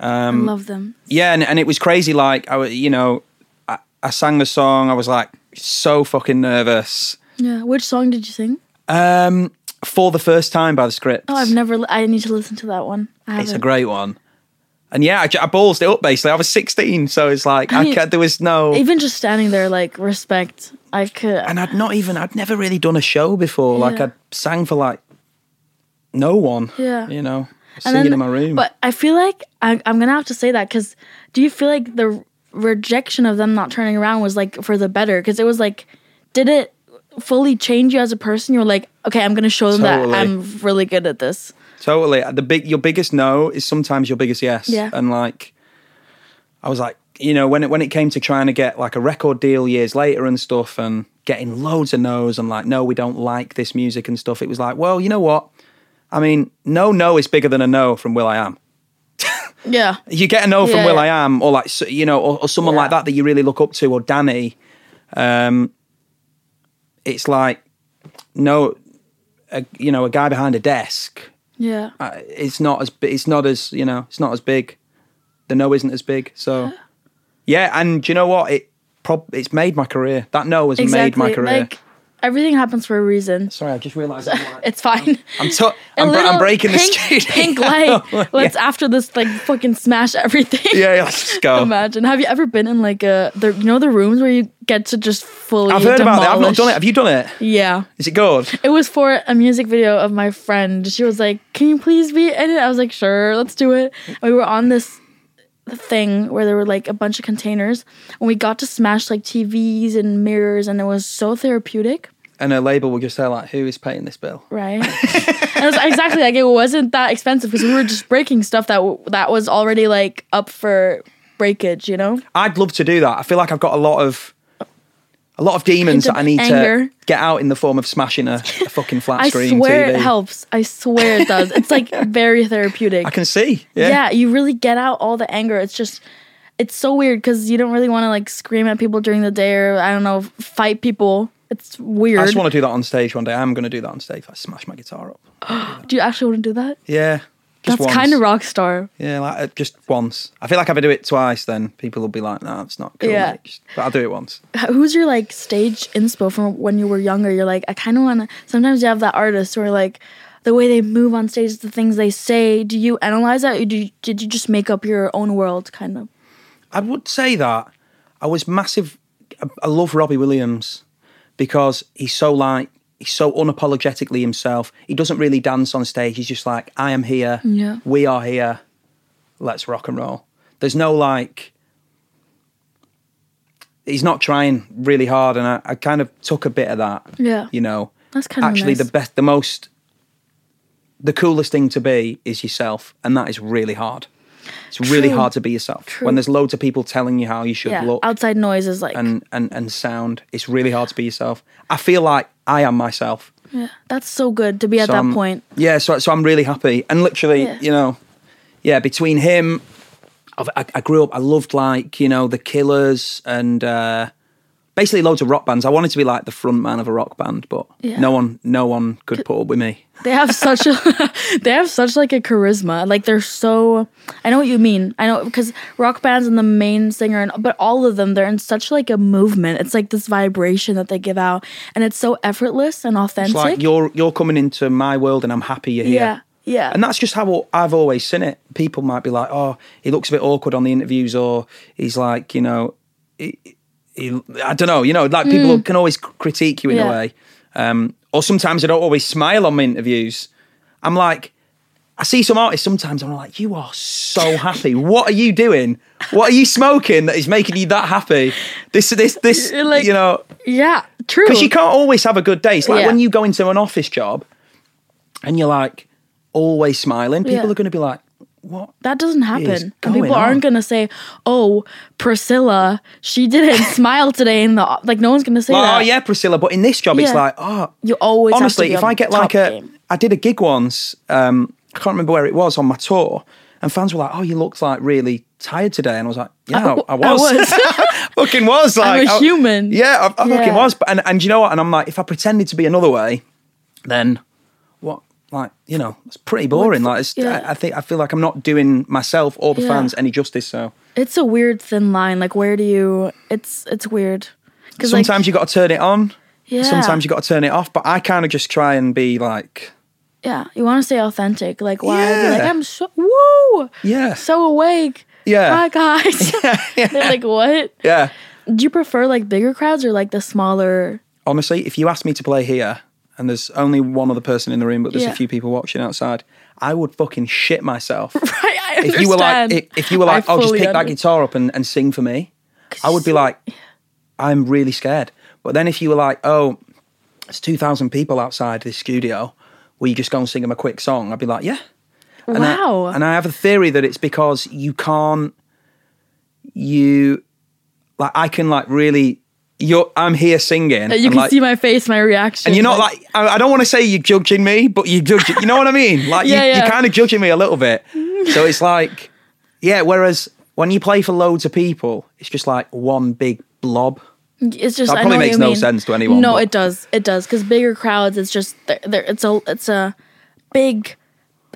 [SPEAKER 3] Um,
[SPEAKER 2] I love them.
[SPEAKER 3] Yeah, and, and it was crazy. Like I, wa- you know, I, I sang the song. I was like so fucking nervous.
[SPEAKER 2] Yeah. Which song did you sing?
[SPEAKER 3] Um, for the first time by the script.
[SPEAKER 2] Oh, I've never. Li- I need to listen to that one. I haven't.
[SPEAKER 3] It's a great one. And yeah, I, ju- I ballsed it up basically. I was 16, so it's like I,
[SPEAKER 2] mean,
[SPEAKER 3] ca- there was no.
[SPEAKER 2] Even just standing there, like respect. I could.
[SPEAKER 3] and I'd not even I'd never really done a show before. Like
[SPEAKER 2] Yeah.
[SPEAKER 3] I'd sang for like no one.
[SPEAKER 2] Yeah.
[SPEAKER 3] You know,
[SPEAKER 2] And
[SPEAKER 3] singing
[SPEAKER 2] then-
[SPEAKER 3] in my room.
[SPEAKER 2] But I feel like I, I'm gonna have to say that because do you feel like the re- rejection of them not turning around was like for the better? Because it was like, did it fully change you as a person? You were like, okay, I'm gonna show them
[SPEAKER 3] Totally.
[SPEAKER 2] that I'm really good at this.
[SPEAKER 3] Totally. The big your biggest no is sometimes your biggest yes.
[SPEAKER 2] Yeah.
[SPEAKER 3] And like I was like, you know, when it when it came to trying to get like a record deal years later and stuff and getting loads of no's and like, no, we don't like this music and stuff, it was like, well, you know what? I mean, no no is bigger than a no from Will I Am.
[SPEAKER 2] Yeah.
[SPEAKER 3] You get a no from
[SPEAKER 2] Yeah,
[SPEAKER 3] Will
[SPEAKER 2] yeah.
[SPEAKER 3] I Am or like so- you know, or, or someone
[SPEAKER 2] Yeah.
[SPEAKER 3] like that that you really look up to or Danny. Um it's like no a, you know, a guy behind a desk
[SPEAKER 2] Yeah.
[SPEAKER 3] uh, it's not as bi- it's not as you know it's not as big. The no isn't as big. So yeah, and do you know what? It prob it's made my career. That no has made my career.
[SPEAKER 2] Like everything happens for a reason.
[SPEAKER 3] Sorry, I just realised. I'm, like,
[SPEAKER 2] It's fine.
[SPEAKER 3] I'm, to-
[SPEAKER 2] A
[SPEAKER 3] I'm, br- I'm
[SPEAKER 2] little
[SPEAKER 3] breaking
[SPEAKER 2] pink,
[SPEAKER 3] the studio.
[SPEAKER 2] Pink light. Let's after this like fucking smash everything.
[SPEAKER 3] yeah, yeah, let's just go.
[SPEAKER 2] Imagine. Have you ever been in like a the you know the rooms where you get to just fully?
[SPEAKER 3] I've heard about that. I've not
[SPEAKER 2] demolish-
[SPEAKER 3] done it. Have you done it?
[SPEAKER 2] Yeah,
[SPEAKER 3] Is it good?
[SPEAKER 2] it was for a music video of my friend. She was like, "Can you please be in it?" I was like, "Sure, let's do it." And we were on this thing where there were like a bunch of containers, and we got to smash like TVs and mirrors, and it was so therapeutic.
[SPEAKER 3] And a label will just say like, "Who is paying this bill?"
[SPEAKER 2] Right. and it was exactly like it wasn't that expensive because we were just breaking stuff that w- that was already like up for breakage, you know?
[SPEAKER 3] I'd love to do that. I feel like I've got a lot of. A lot of demons that I need
[SPEAKER 2] Anger.
[SPEAKER 3] to get out in the form of smashing a, a fucking flat
[SPEAKER 2] I
[SPEAKER 3] screen
[SPEAKER 2] swear
[SPEAKER 3] TV.
[SPEAKER 2] it helps. I swear it does. It's like very therapeutic.
[SPEAKER 3] I can see.
[SPEAKER 2] yeah.
[SPEAKER 3] yeah.
[SPEAKER 2] you really get out all the anger. It's just it's so weird because you don't really want to like scream at people during the day or I don't know, fight people. It's weird.
[SPEAKER 3] I just want to do that on stage one day. I'm going to do that on stage. I smash my guitar up.
[SPEAKER 2] do you actually want to do that?
[SPEAKER 3] Yeah. Just
[SPEAKER 2] That's
[SPEAKER 3] once.
[SPEAKER 2] kind of rock star.
[SPEAKER 3] Yeah, like, uh, just once. I feel like if I do it twice, then people will be like, "No, it's not cool."
[SPEAKER 2] Yeah.
[SPEAKER 3] mate." Just- but I'll do it once.
[SPEAKER 2] who's your like stage inspo from when you were younger? You're like, I kind of want to. Sometimes you have that artist where like the way they move on stage, the things they say. Do you analyze that, or do you, did you just make up your own world? Kind of.
[SPEAKER 3] I would say that I was massive. I, I love Robbie Williams because he's so like he's so unapologetically himself. He doesn't really dance on stage. He's just like, "I am here.
[SPEAKER 2] Yeah.
[SPEAKER 3] We are here. Let's rock and roll." There's no like. He's not trying really hard, and I, I kind of took a bit of that.
[SPEAKER 2] Yeah.
[SPEAKER 3] You know.
[SPEAKER 2] That's kinda
[SPEAKER 3] actually the
[SPEAKER 2] nice.
[SPEAKER 3] best, the most, the coolest thing to be is yourself, and that is really hard. It's really
[SPEAKER 2] True.
[SPEAKER 3] hard to be yourself when there's loads of people telling you how you should
[SPEAKER 2] Yeah.
[SPEAKER 3] look
[SPEAKER 2] Outside noise is like
[SPEAKER 3] and, and and sound. It's really hard to be yourself. I feel like I am myself.
[SPEAKER 2] that's so good to be at
[SPEAKER 3] So
[SPEAKER 2] that
[SPEAKER 3] I'm-
[SPEAKER 2] point.
[SPEAKER 3] Yeah, so so I'm really happy. And literally,
[SPEAKER 2] Yeah.
[SPEAKER 3] you know, yeah, between him, I've, I, I grew up. I loved like you know the Killers and uh, basically loads of rock bands. I wanted to be like the front man of a rock band, but
[SPEAKER 2] Yeah.
[SPEAKER 3] no one, no one could put up with me.
[SPEAKER 2] They have such a they have such like a charisma. Like they're so I know what you mean. I know because rock bands and the main singer and but all of them they're in such like a movement. It's like this vibration that they give out and it's so effortless and authentic.
[SPEAKER 3] It's like you're you're coming into my world, and I'm happy you're here.
[SPEAKER 2] yeah. Yeah.
[SPEAKER 3] And that's just how I've always seen it. People might be like, "Oh, he looks a bit awkward on the interviews," or he's like, you know, he, he, I don't know. You know, like people can always c- critique you in
[SPEAKER 2] Mm. Yeah.
[SPEAKER 3] a way. Um, or sometimes they don't always smile on my interviews. I'm like, I see some artists sometimes. I'm like, you are so happy. What are you doing? What are you smoking that is making you that happy? This, this, this.
[SPEAKER 2] You're like-
[SPEAKER 3] you know,
[SPEAKER 2] yeah. True.
[SPEAKER 3] because you can't always have a good day. It's like
[SPEAKER 2] Yeah.
[SPEAKER 3] when you go into an office job and you're like always smiling, people
[SPEAKER 2] Yeah.
[SPEAKER 3] are going to be like, what?
[SPEAKER 2] That doesn't happen. And
[SPEAKER 3] going
[SPEAKER 2] people aren't
[SPEAKER 3] on?
[SPEAKER 2] gonna say, "Oh, Priscilla, she didn't smile today." In the like, no one's gonna say
[SPEAKER 3] Like,
[SPEAKER 2] that.
[SPEAKER 3] oh, yeah, Priscilla. But in this job, it's
[SPEAKER 2] Yeah.
[SPEAKER 3] like, oh,
[SPEAKER 2] You always have to
[SPEAKER 3] honestly,
[SPEAKER 2] be
[SPEAKER 3] if
[SPEAKER 2] on
[SPEAKER 3] I get
[SPEAKER 2] top
[SPEAKER 3] like a, I
[SPEAKER 2] game.
[SPEAKER 3] did a gig once, um, I can't remember where it was on my tour, and fans were like, oh, you looked like really tired today. And I was like, yeah,
[SPEAKER 2] Oh,
[SPEAKER 3] I, I was. fucking was. Like,
[SPEAKER 2] a
[SPEAKER 3] I-
[SPEAKER 2] human.
[SPEAKER 3] Yeah, I, I
[SPEAKER 2] Yeah.
[SPEAKER 3] fucking was. But- And, and you know what? And I'm like, if I pretended to be another way, then what? Like, you know, it's pretty boring. Like, it's,
[SPEAKER 2] yeah.
[SPEAKER 3] I, I think I feel like I'm not doing myself or the
[SPEAKER 2] Yeah.
[SPEAKER 3] fans any justice. So
[SPEAKER 2] it's a weird thin line. Like, where do you? It's it's weird. Because
[SPEAKER 3] sometimes you got to turn it on.
[SPEAKER 2] Yeah.
[SPEAKER 3] Sometimes you got to turn it off. But I kind of just try and be like,
[SPEAKER 2] yeah, you want to stay authentic. Like, why? Be like,
[SPEAKER 3] Yeah.
[SPEAKER 2] I'm so woo,
[SPEAKER 3] yeah,
[SPEAKER 2] so awake.
[SPEAKER 3] Yeah.
[SPEAKER 2] Hi guys. They're like, what?
[SPEAKER 3] yeah.
[SPEAKER 2] Do you prefer like bigger crowds or like the smaller?
[SPEAKER 3] honestly, if you asked me to play here and there's only one other person in the room, but there's
[SPEAKER 2] Yeah.
[SPEAKER 3] a few people watching outside, I would fucking shit myself.
[SPEAKER 2] Right. I understand.
[SPEAKER 3] if you were like, if, if you were
[SPEAKER 2] I
[SPEAKER 3] like, oh, just
[SPEAKER 2] fully
[SPEAKER 3] pick that
[SPEAKER 2] under-
[SPEAKER 3] guitar up and, and sing for me, I would be like, I'm really scared. But then if you were like, oh, it's 2,000 people outside this studio, will you just go and sing them a quick song? I'd be like, yeah. And I-
[SPEAKER 2] Wow.
[SPEAKER 3] and I have a theory that it's because you can't, you, like, I can, like, really, you're, I'm here singing.
[SPEAKER 2] you
[SPEAKER 3] and,
[SPEAKER 2] can
[SPEAKER 3] like,
[SPEAKER 2] see my face, my reaction.
[SPEAKER 3] and you're not like I, I don't want to say you're judging me, but you judge. You know what I mean? Like
[SPEAKER 2] Yeah,
[SPEAKER 3] you,
[SPEAKER 2] yeah.
[SPEAKER 3] you're kind of judging me a little bit. So it's like, yeah. Whereas when you play for loads of people, it's just like one big blob.
[SPEAKER 2] It's just
[SPEAKER 3] That
[SPEAKER 2] I know
[SPEAKER 3] probably
[SPEAKER 2] what
[SPEAKER 3] makes
[SPEAKER 2] you
[SPEAKER 3] no
[SPEAKER 2] mean.
[SPEAKER 3] sense to anyone,
[SPEAKER 2] No,
[SPEAKER 3] but-
[SPEAKER 2] it does. It does because bigger crowds. It's just they're, they're, it's a it's a big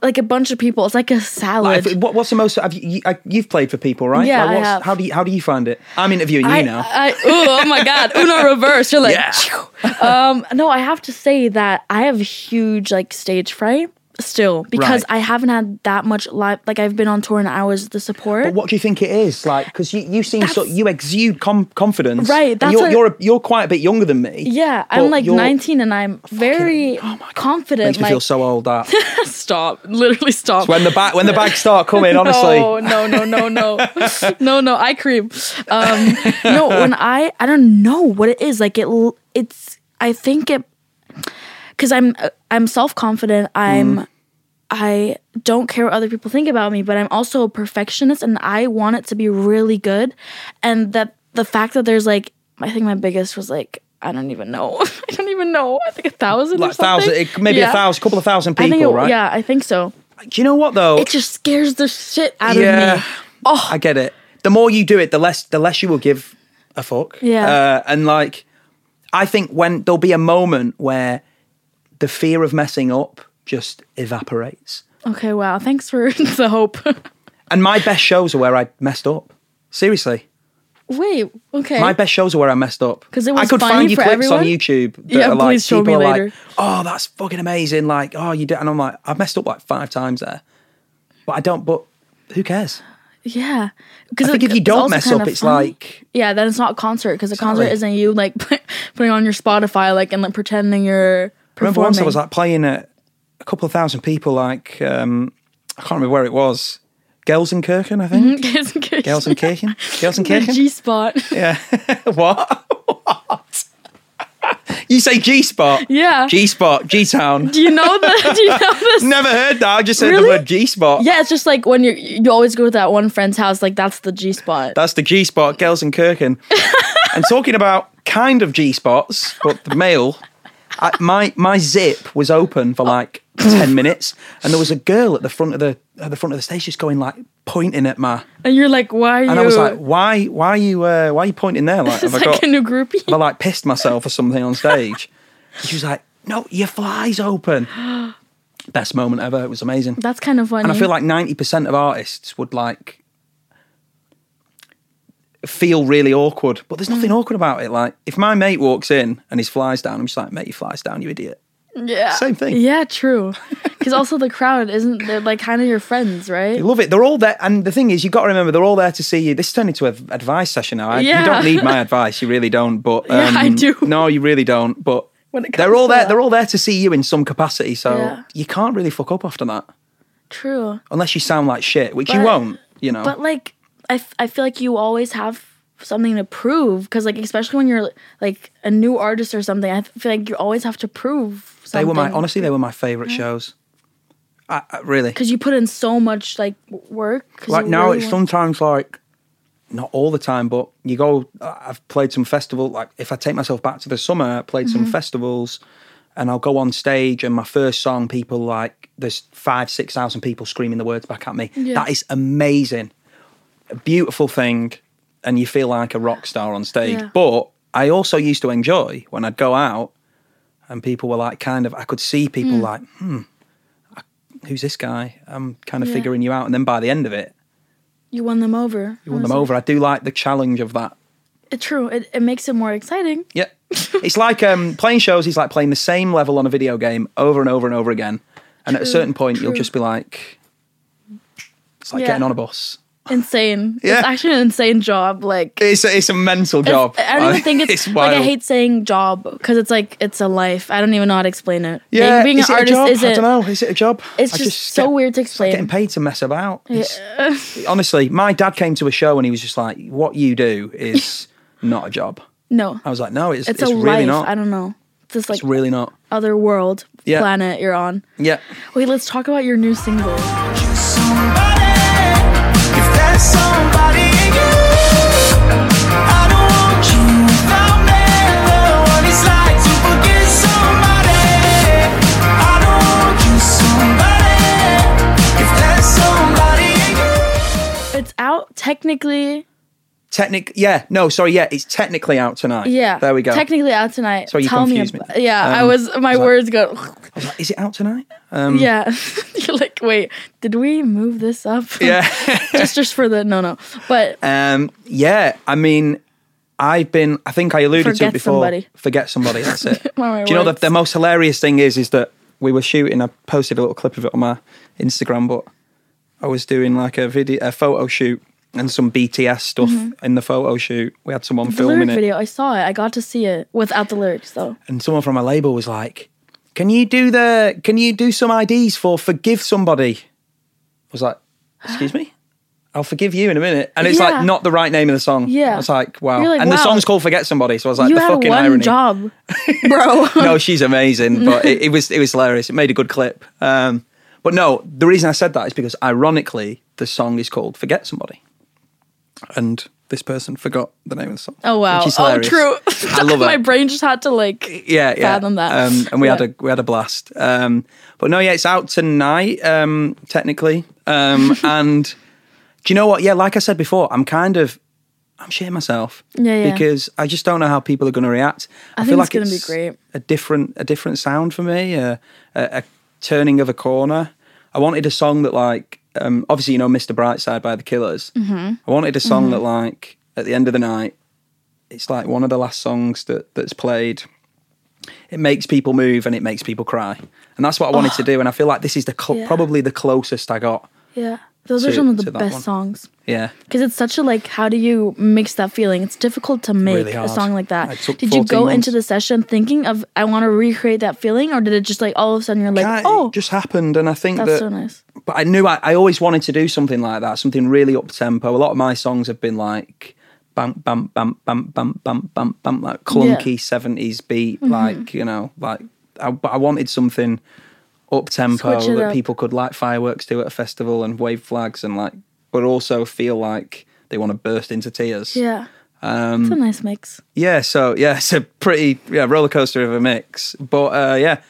[SPEAKER 2] like a bunch of people. It's like a salad.
[SPEAKER 3] Like, if- what, what's the most? Have you, you, I- you've played for people, right?
[SPEAKER 2] Yeah,
[SPEAKER 3] Like,
[SPEAKER 2] I
[SPEAKER 3] what's-
[SPEAKER 2] have.
[SPEAKER 3] How do you how do you find it? I'm interviewing
[SPEAKER 2] I,
[SPEAKER 3] you now.
[SPEAKER 2] I, ooh, oh my god, Uno reverse. You're like,
[SPEAKER 3] Yeah.
[SPEAKER 2] "Phew." um, no, I have to say that I have a huge like stage fright still because
[SPEAKER 3] Right.
[SPEAKER 2] I haven't had that much live. Like I've been on tour and I was the support.
[SPEAKER 3] But what do you think it is? Like, because you, you seem so
[SPEAKER 2] That's-
[SPEAKER 3] you exude com- confidence,
[SPEAKER 2] Right,
[SPEAKER 3] And
[SPEAKER 2] that's
[SPEAKER 3] you're
[SPEAKER 2] what-
[SPEAKER 3] you're, a, you're quite a bit younger than me.
[SPEAKER 2] yeah,
[SPEAKER 3] but
[SPEAKER 2] I'm like
[SPEAKER 3] you're-
[SPEAKER 2] 19 and I'm very confident.
[SPEAKER 3] Makes me
[SPEAKER 2] like,
[SPEAKER 3] feel so old. That
[SPEAKER 2] stop, literally stop.
[SPEAKER 3] when the back when the bags start coming, honestly,
[SPEAKER 2] No, no, no, no, no, no, no. I creep. Um, no, when I I don't know what it is. Like it, l- it's. I think it because I'm uh, I'm self confident. I'm
[SPEAKER 3] Mm.
[SPEAKER 2] I don't care what other people think about me, but I'm also a perfectionist, and I want it to be really good. And that the fact that there's like I think my biggest was like. I don't even know. I don't even know. I think a thousand or
[SPEAKER 3] like
[SPEAKER 2] something.
[SPEAKER 3] thousand, it- maybe
[SPEAKER 2] Yeah.
[SPEAKER 3] a thousand, couple of thousand
[SPEAKER 2] I
[SPEAKER 3] people,
[SPEAKER 2] think it,
[SPEAKER 3] right?
[SPEAKER 2] Yeah, I think so.
[SPEAKER 3] Do you know what though?
[SPEAKER 2] It just scares the shit out
[SPEAKER 3] yeah,
[SPEAKER 2] of me. Oh,
[SPEAKER 3] I get it. The more you do it, the less the less you will give a fuck.
[SPEAKER 2] Yeah.
[SPEAKER 3] uh, and like, I think when there'll be a moment where the fear of messing up just evaporates.
[SPEAKER 2] Okay, wow. Thanks for the hope.
[SPEAKER 3] And my best shows are where I messed up. Seriously,
[SPEAKER 2] Wait, okay.
[SPEAKER 3] my best shows are where I messed up
[SPEAKER 2] 'Cause it was
[SPEAKER 3] I could
[SPEAKER 2] funny
[SPEAKER 3] find you
[SPEAKER 2] for
[SPEAKER 3] clips on
[SPEAKER 2] everyone?
[SPEAKER 3] YouTube that
[SPEAKER 2] Yeah,
[SPEAKER 3] are like
[SPEAKER 2] please show me
[SPEAKER 3] people are
[SPEAKER 2] later.
[SPEAKER 3] like, "Oh, that's fucking amazing!" Like, "Oh, you did," and I'm like, "I've messed up like five times there," but I don't. But who cares?
[SPEAKER 2] yeah. Because
[SPEAKER 3] I think if you don't mess up, it's like
[SPEAKER 2] Yeah, then it's not a concert because a concert
[SPEAKER 3] Exactly.
[SPEAKER 2] isn't you like putting on your Spotify like and like pretending you're performing.
[SPEAKER 3] remember once I was like playing at a couple of thousand people, like um, I can't remember where it was, Gelsenkirchen, I
[SPEAKER 2] Mm-hmm.
[SPEAKER 3] think. Gelsenkirchen,
[SPEAKER 2] The
[SPEAKER 3] Gelsenkirchen.
[SPEAKER 2] G spot.
[SPEAKER 3] what? what? You say G spot.
[SPEAKER 2] Yeah.
[SPEAKER 3] G spot. G town.
[SPEAKER 2] Do you know the? Do you know this?
[SPEAKER 3] Never heard that. I just heard the
[SPEAKER 2] Really?
[SPEAKER 3] word G spot.
[SPEAKER 2] Yeah, it's just like when you you always go to that one friend's house. Like that's the G spot.
[SPEAKER 3] That's the G spot, Gelsenkirchen. and talking about kind of G spots, but the male, I, my my zip was open for like ten minutes, and there was a girl at the front of the at the front of the stage just going like pointing at my,
[SPEAKER 2] And you're like, why are you?
[SPEAKER 3] and I was like, "Oh why why are you uh, why are you pointing there? Like,
[SPEAKER 2] it's
[SPEAKER 3] have I
[SPEAKER 2] like
[SPEAKER 3] got?
[SPEAKER 2] a new groupie.
[SPEAKER 3] I like pissed myself or something on stage. And she was like, no, your fly's open. Best moment ever. It was amazing.
[SPEAKER 2] That's kind of funny.
[SPEAKER 3] And I feel like ninety percent of artists would like feel really awkward, but there's
[SPEAKER 2] Mm.
[SPEAKER 3] nothing awkward about it. Like if my mate walks in and his flies down, I'm just like, mate, your flies down, you idiot.
[SPEAKER 2] yeah,
[SPEAKER 3] same thing.
[SPEAKER 2] Yeah, true. Because also the crowd isn't they're like kind of your friends, right?
[SPEAKER 3] They love it. They're all there, and the thing is, you got to remember, they're all there to see you. This turned into an advice session now. I, You
[SPEAKER 2] Yeah.
[SPEAKER 3] don't need my advice, you really don't. But um,
[SPEAKER 2] Yeah, I do.
[SPEAKER 3] No, you really don't. But
[SPEAKER 2] When it comes
[SPEAKER 3] they're all
[SPEAKER 2] to
[SPEAKER 3] there.
[SPEAKER 2] that.
[SPEAKER 3] They're all there to see you in some capacity. So
[SPEAKER 2] Yeah.
[SPEAKER 3] you can't really fuck up after that,
[SPEAKER 2] True.
[SPEAKER 3] unless you sound like shit, which you
[SPEAKER 2] But-
[SPEAKER 3] won't. You know.
[SPEAKER 2] But like, I, f- I feel like you always have something to prove because like especially when you're like a new artist or something, I feel like you always have to prove. Something.
[SPEAKER 3] They were my honestly, they were my favorite shows. I, I, really,
[SPEAKER 2] Because you put in so much like w- work. 'cause
[SPEAKER 3] like
[SPEAKER 2] you
[SPEAKER 3] now
[SPEAKER 2] really
[SPEAKER 3] it's
[SPEAKER 2] want-
[SPEAKER 3] sometimes like not all the time, but you go. I- I've played some festival. Like if I take myself back to the summer, I played
[SPEAKER 2] Mm-hmm.
[SPEAKER 3] some festivals, and I'll go on stage and my first song, people like there's five, six thousand people screaming the words back at me.
[SPEAKER 2] Yeah.
[SPEAKER 3] That is amazing, a beautiful thing, and you feel like a rock star on stage.
[SPEAKER 2] Yeah.
[SPEAKER 3] But I also used to enjoy when I'd go out and people were like kind of i could see
[SPEAKER 2] Mm.
[SPEAKER 3] people like hmm I- who's this guy i'm kind of
[SPEAKER 2] Yeah.
[SPEAKER 3] figuring you out and then by the end of it
[SPEAKER 2] you won them over.
[SPEAKER 3] you won them over i do like the challenge of that
[SPEAKER 2] It, true. It, it makes it more exciting.
[SPEAKER 3] yeah it's like um, playing shows is like playing the same level on a video game over and over and over again and at a
[SPEAKER 2] True,
[SPEAKER 3] certain point you'll
[SPEAKER 2] true.
[SPEAKER 3] just be like it's like
[SPEAKER 2] Yeah.
[SPEAKER 3] getting on a bus
[SPEAKER 2] Insane.
[SPEAKER 3] Yeah.
[SPEAKER 2] It's actually an insane job. Like
[SPEAKER 3] it's a, it's a mental job
[SPEAKER 2] I don't even think it's, like I
[SPEAKER 3] wild.
[SPEAKER 2] hate saying job because it's like it's a life. I don't even know how to explain it.
[SPEAKER 3] yeah
[SPEAKER 2] being, being
[SPEAKER 3] is
[SPEAKER 2] an
[SPEAKER 3] it
[SPEAKER 2] artist
[SPEAKER 3] a job?
[SPEAKER 2] isn't.
[SPEAKER 3] i don't know is it a job
[SPEAKER 2] It's
[SPEAKER 3] I
[SPEAKER 2] just, so
[SPEAKER 3] get-
[SPEAKER 2] weird to explain.
[SPEAKER 3] Getting paid to mess about. It's- honestly, my dad came to a show and he was just like, "What you do is not a job."
[SPEAKER 2] no,
[SPEAKER 3] I was like, "No, it's,
[SPEAKER 2] it's,
[SPEAKER 3] it's,
[SPEAKER 2] a life.
[SPEAKER 3] really not.
[SPEAKER 2] I don't know. It's just like
[SPEAKER 3] it's really not."
[SPEAKER 2] other world
[SPEAKER 3] Yeah.
[SPEAKER 2] planet you're on.
[SPEAKER 3] Yeah,
[SPEAKER 2] Wait, let's talk about your new single.
[SPEAKER 1] Somebody, if there's somebody in you, I don't want you without me. What it's like to forget somebody. I don't want you, somebody. If there's somebody in you.
[SPEAKER 2] It's out technically.
[SPEAKER 3] technic. Yeah, no, sorry. Yeah, it's technically out tonight.
[SPEAKER 2] Yeah,
[SPEAKER 3] there we go.
[SPEAKER 2] Technically out tonight.
[SPEAKER 3] Sorry, you
[SPEAKER 2] Tell me.
[SPEAKER 3] confused me.
[SPEAKER 2] ab- Yeah, I
[SPEAKER 3] Um,
[SPEAKER 2] was. My
[SPEAKER 3] was I-
[SPEAKER 2] words go.
[SPEAKER 3] I was like, is it out tonight? Um,
[SPEAKER 2] yeah, you're like, wait, did we move this up?
[SPEAKER 3] yeah.
[SPEAKER 2] just just for the no no, but
[SPEAKER 3] Um, yeah, I mean, I've been. I think I alluded to it
[SPEAKER 2] Forget
[SPEAKER 3] before.
[SPEAKER 2] somebody.
[SPEAKER 3] Forget somebody. That's it. Do
[SPEAKER 2] One of my
[SPEAKER 3] you know the,
[SPEAKER 2] words.
[SPEAKER 3] the most hilarious thing is is that we were shooting. I posted a little clip of it on my Instagram, but I was doing like a video, a photo shoot, and some BTS stuff in the photo shoot. We had someone
[SPEAKER 2] Mm-hmm. the
[SPEAKER 3] filming
[SPEAKER 2] lyric
[SPEAKER 3] it,
[SPEAKER 2] video. I saw it. I got to see it without the lyrics though.
[SPEAKER 3] and someone from my label was like, "Can you do the? Can you do some IDs for forgive somebody?" I was like, "Excuse me." I'll forgive you in a minute, and it's
[SPEAKER 2] Yeah.
[SPEAKER 3] like not the right name of the song.
[SPEAKER 2] Yeah.
[SPEAKER 3] I was like, wow.
[SPEAKER 2] You're like,
[SPEAKER 3] and the
[SPEAKER 2] wow.
[SPEAKER 3] song's called "Forget Somebody," so I was like,
[SPEAKER 2] you
[SPEAKER 3] the
[SPEAKER 2] had
[SPEAKER 3] fucking
[SPEAKER 2] one
[SPEAKER 3] irony.
[SPEAKER 2] job, bro.
[SPEAKER 3] no, she's amazing, but it, it was it was hilarious. It made a good clip. Um, but no, the reason I said that is because ironically, the song is called "Forget Somebody," and this person forgot the name of the song.
[SPEAKER 2] Oh wow!
[SPEAKER 3] which is
[SPEAKER 2] Oh,
[SPEAKER 3] hilarious.
[SPEAKER 2] true.
[SPEAKER 3] I love it
[SPEAKER 2] My brain just had to like.
[SPEAKER 3] yeah, yeah.
[SPEAKER 2] fathom that.
[SPEAKER 3] Um, and we
[SPEAKER 2] Yeah.
[SPEAKER 3] had a we had a blast. Um, but no, yeah, it's out tonight. Um, technically, um, and do you know what? Yeah, like I said before, I'm kind of I'm shitting myself.
[SPEAKER 2] Yeah, yeah.
[SPEAKER 3] Because I just don't know how people are going to react. I,
[SPEAKER 2] think it's gonna be great.
[SPEAKER 3] A different a different sound for me. A, a, a turning of a corner. I wanted a song that like um, obviously you know Mr. Brightside by the Killers.
[SPEAKER 2] Mm-hmm.
[SPEAKER 3] I wanted a song that like at the end of the night it's like one of the last songs that that's played. It makes people move and it makes people cry, and that's what I wanted to do. And I feel like this is the cl-
[SPEAKER 2] Yeah.
[SPEAKER 3] probably the closest I got.
[SPEAKER 2] Yeah, those are
[SPEAKER 3] To-
[SPEAKER 2] some of
[SPEAKER 3] to
[SPEAKER 2] the
[SPEAKER 3] that
[SPEAKER 2] best
[SPEAKER 3] one.
[SPEAKER 2] songs
[SPEAKER 3] Yeah,
[SPEAKER 2] because it's such a like. How do you mix that feeling? It's difficult to make
[SPEAKER 3] really
[SPEAKER 2] a
[SPEAKER 3] hard.
[SPEAKER 2] song like
[SPEAKER 3] I
[SPEAKER 2] that.
[SPEAKER 3] took
[SPEAKER 2] Did you
[SPEAKER 3] 14
[SPEAKER 2] go
[SPEAKER 3] months.
[SPEAKER 2] into the session thinking of I want to recreate that feeling, or did it just like all of a sudden you're like,
[SPEAKER 3] Kinda-
[SPEAKER 2] oh,
[SPEAKER 3] it just happened, and I think
[SPEAKER 2] that's
[SPEAKER 3] that.
[SPEAKER 2] so nice.
[SPEAKER 3] But I knew I, I always wanted to do something like that, something really up tempo. A lot of my songs have been like bam bam bam bam bam bam bam bam like clunky 70s beat
[SPEAKER 2] Mm-hmm.
[SPEAKER 3] like you know like I, but I wanted something up tempo
[SPEAKER 2] Switch it
[SPEAKER 3] that
[SPEAKER 2] up.
[SPEAKER 3] people could light fireworks to at a festival and wave flags and like but also feel like they want to burst into tears
[SPEAKER 2] Yeah.
[SPEAKER 3] Um,
[SPEAKER 2] it's a nice mix.
[SPEAKER 3] yeah, so yeah, it's a pretty yeah roller coaster of a mix. But uh, yeah,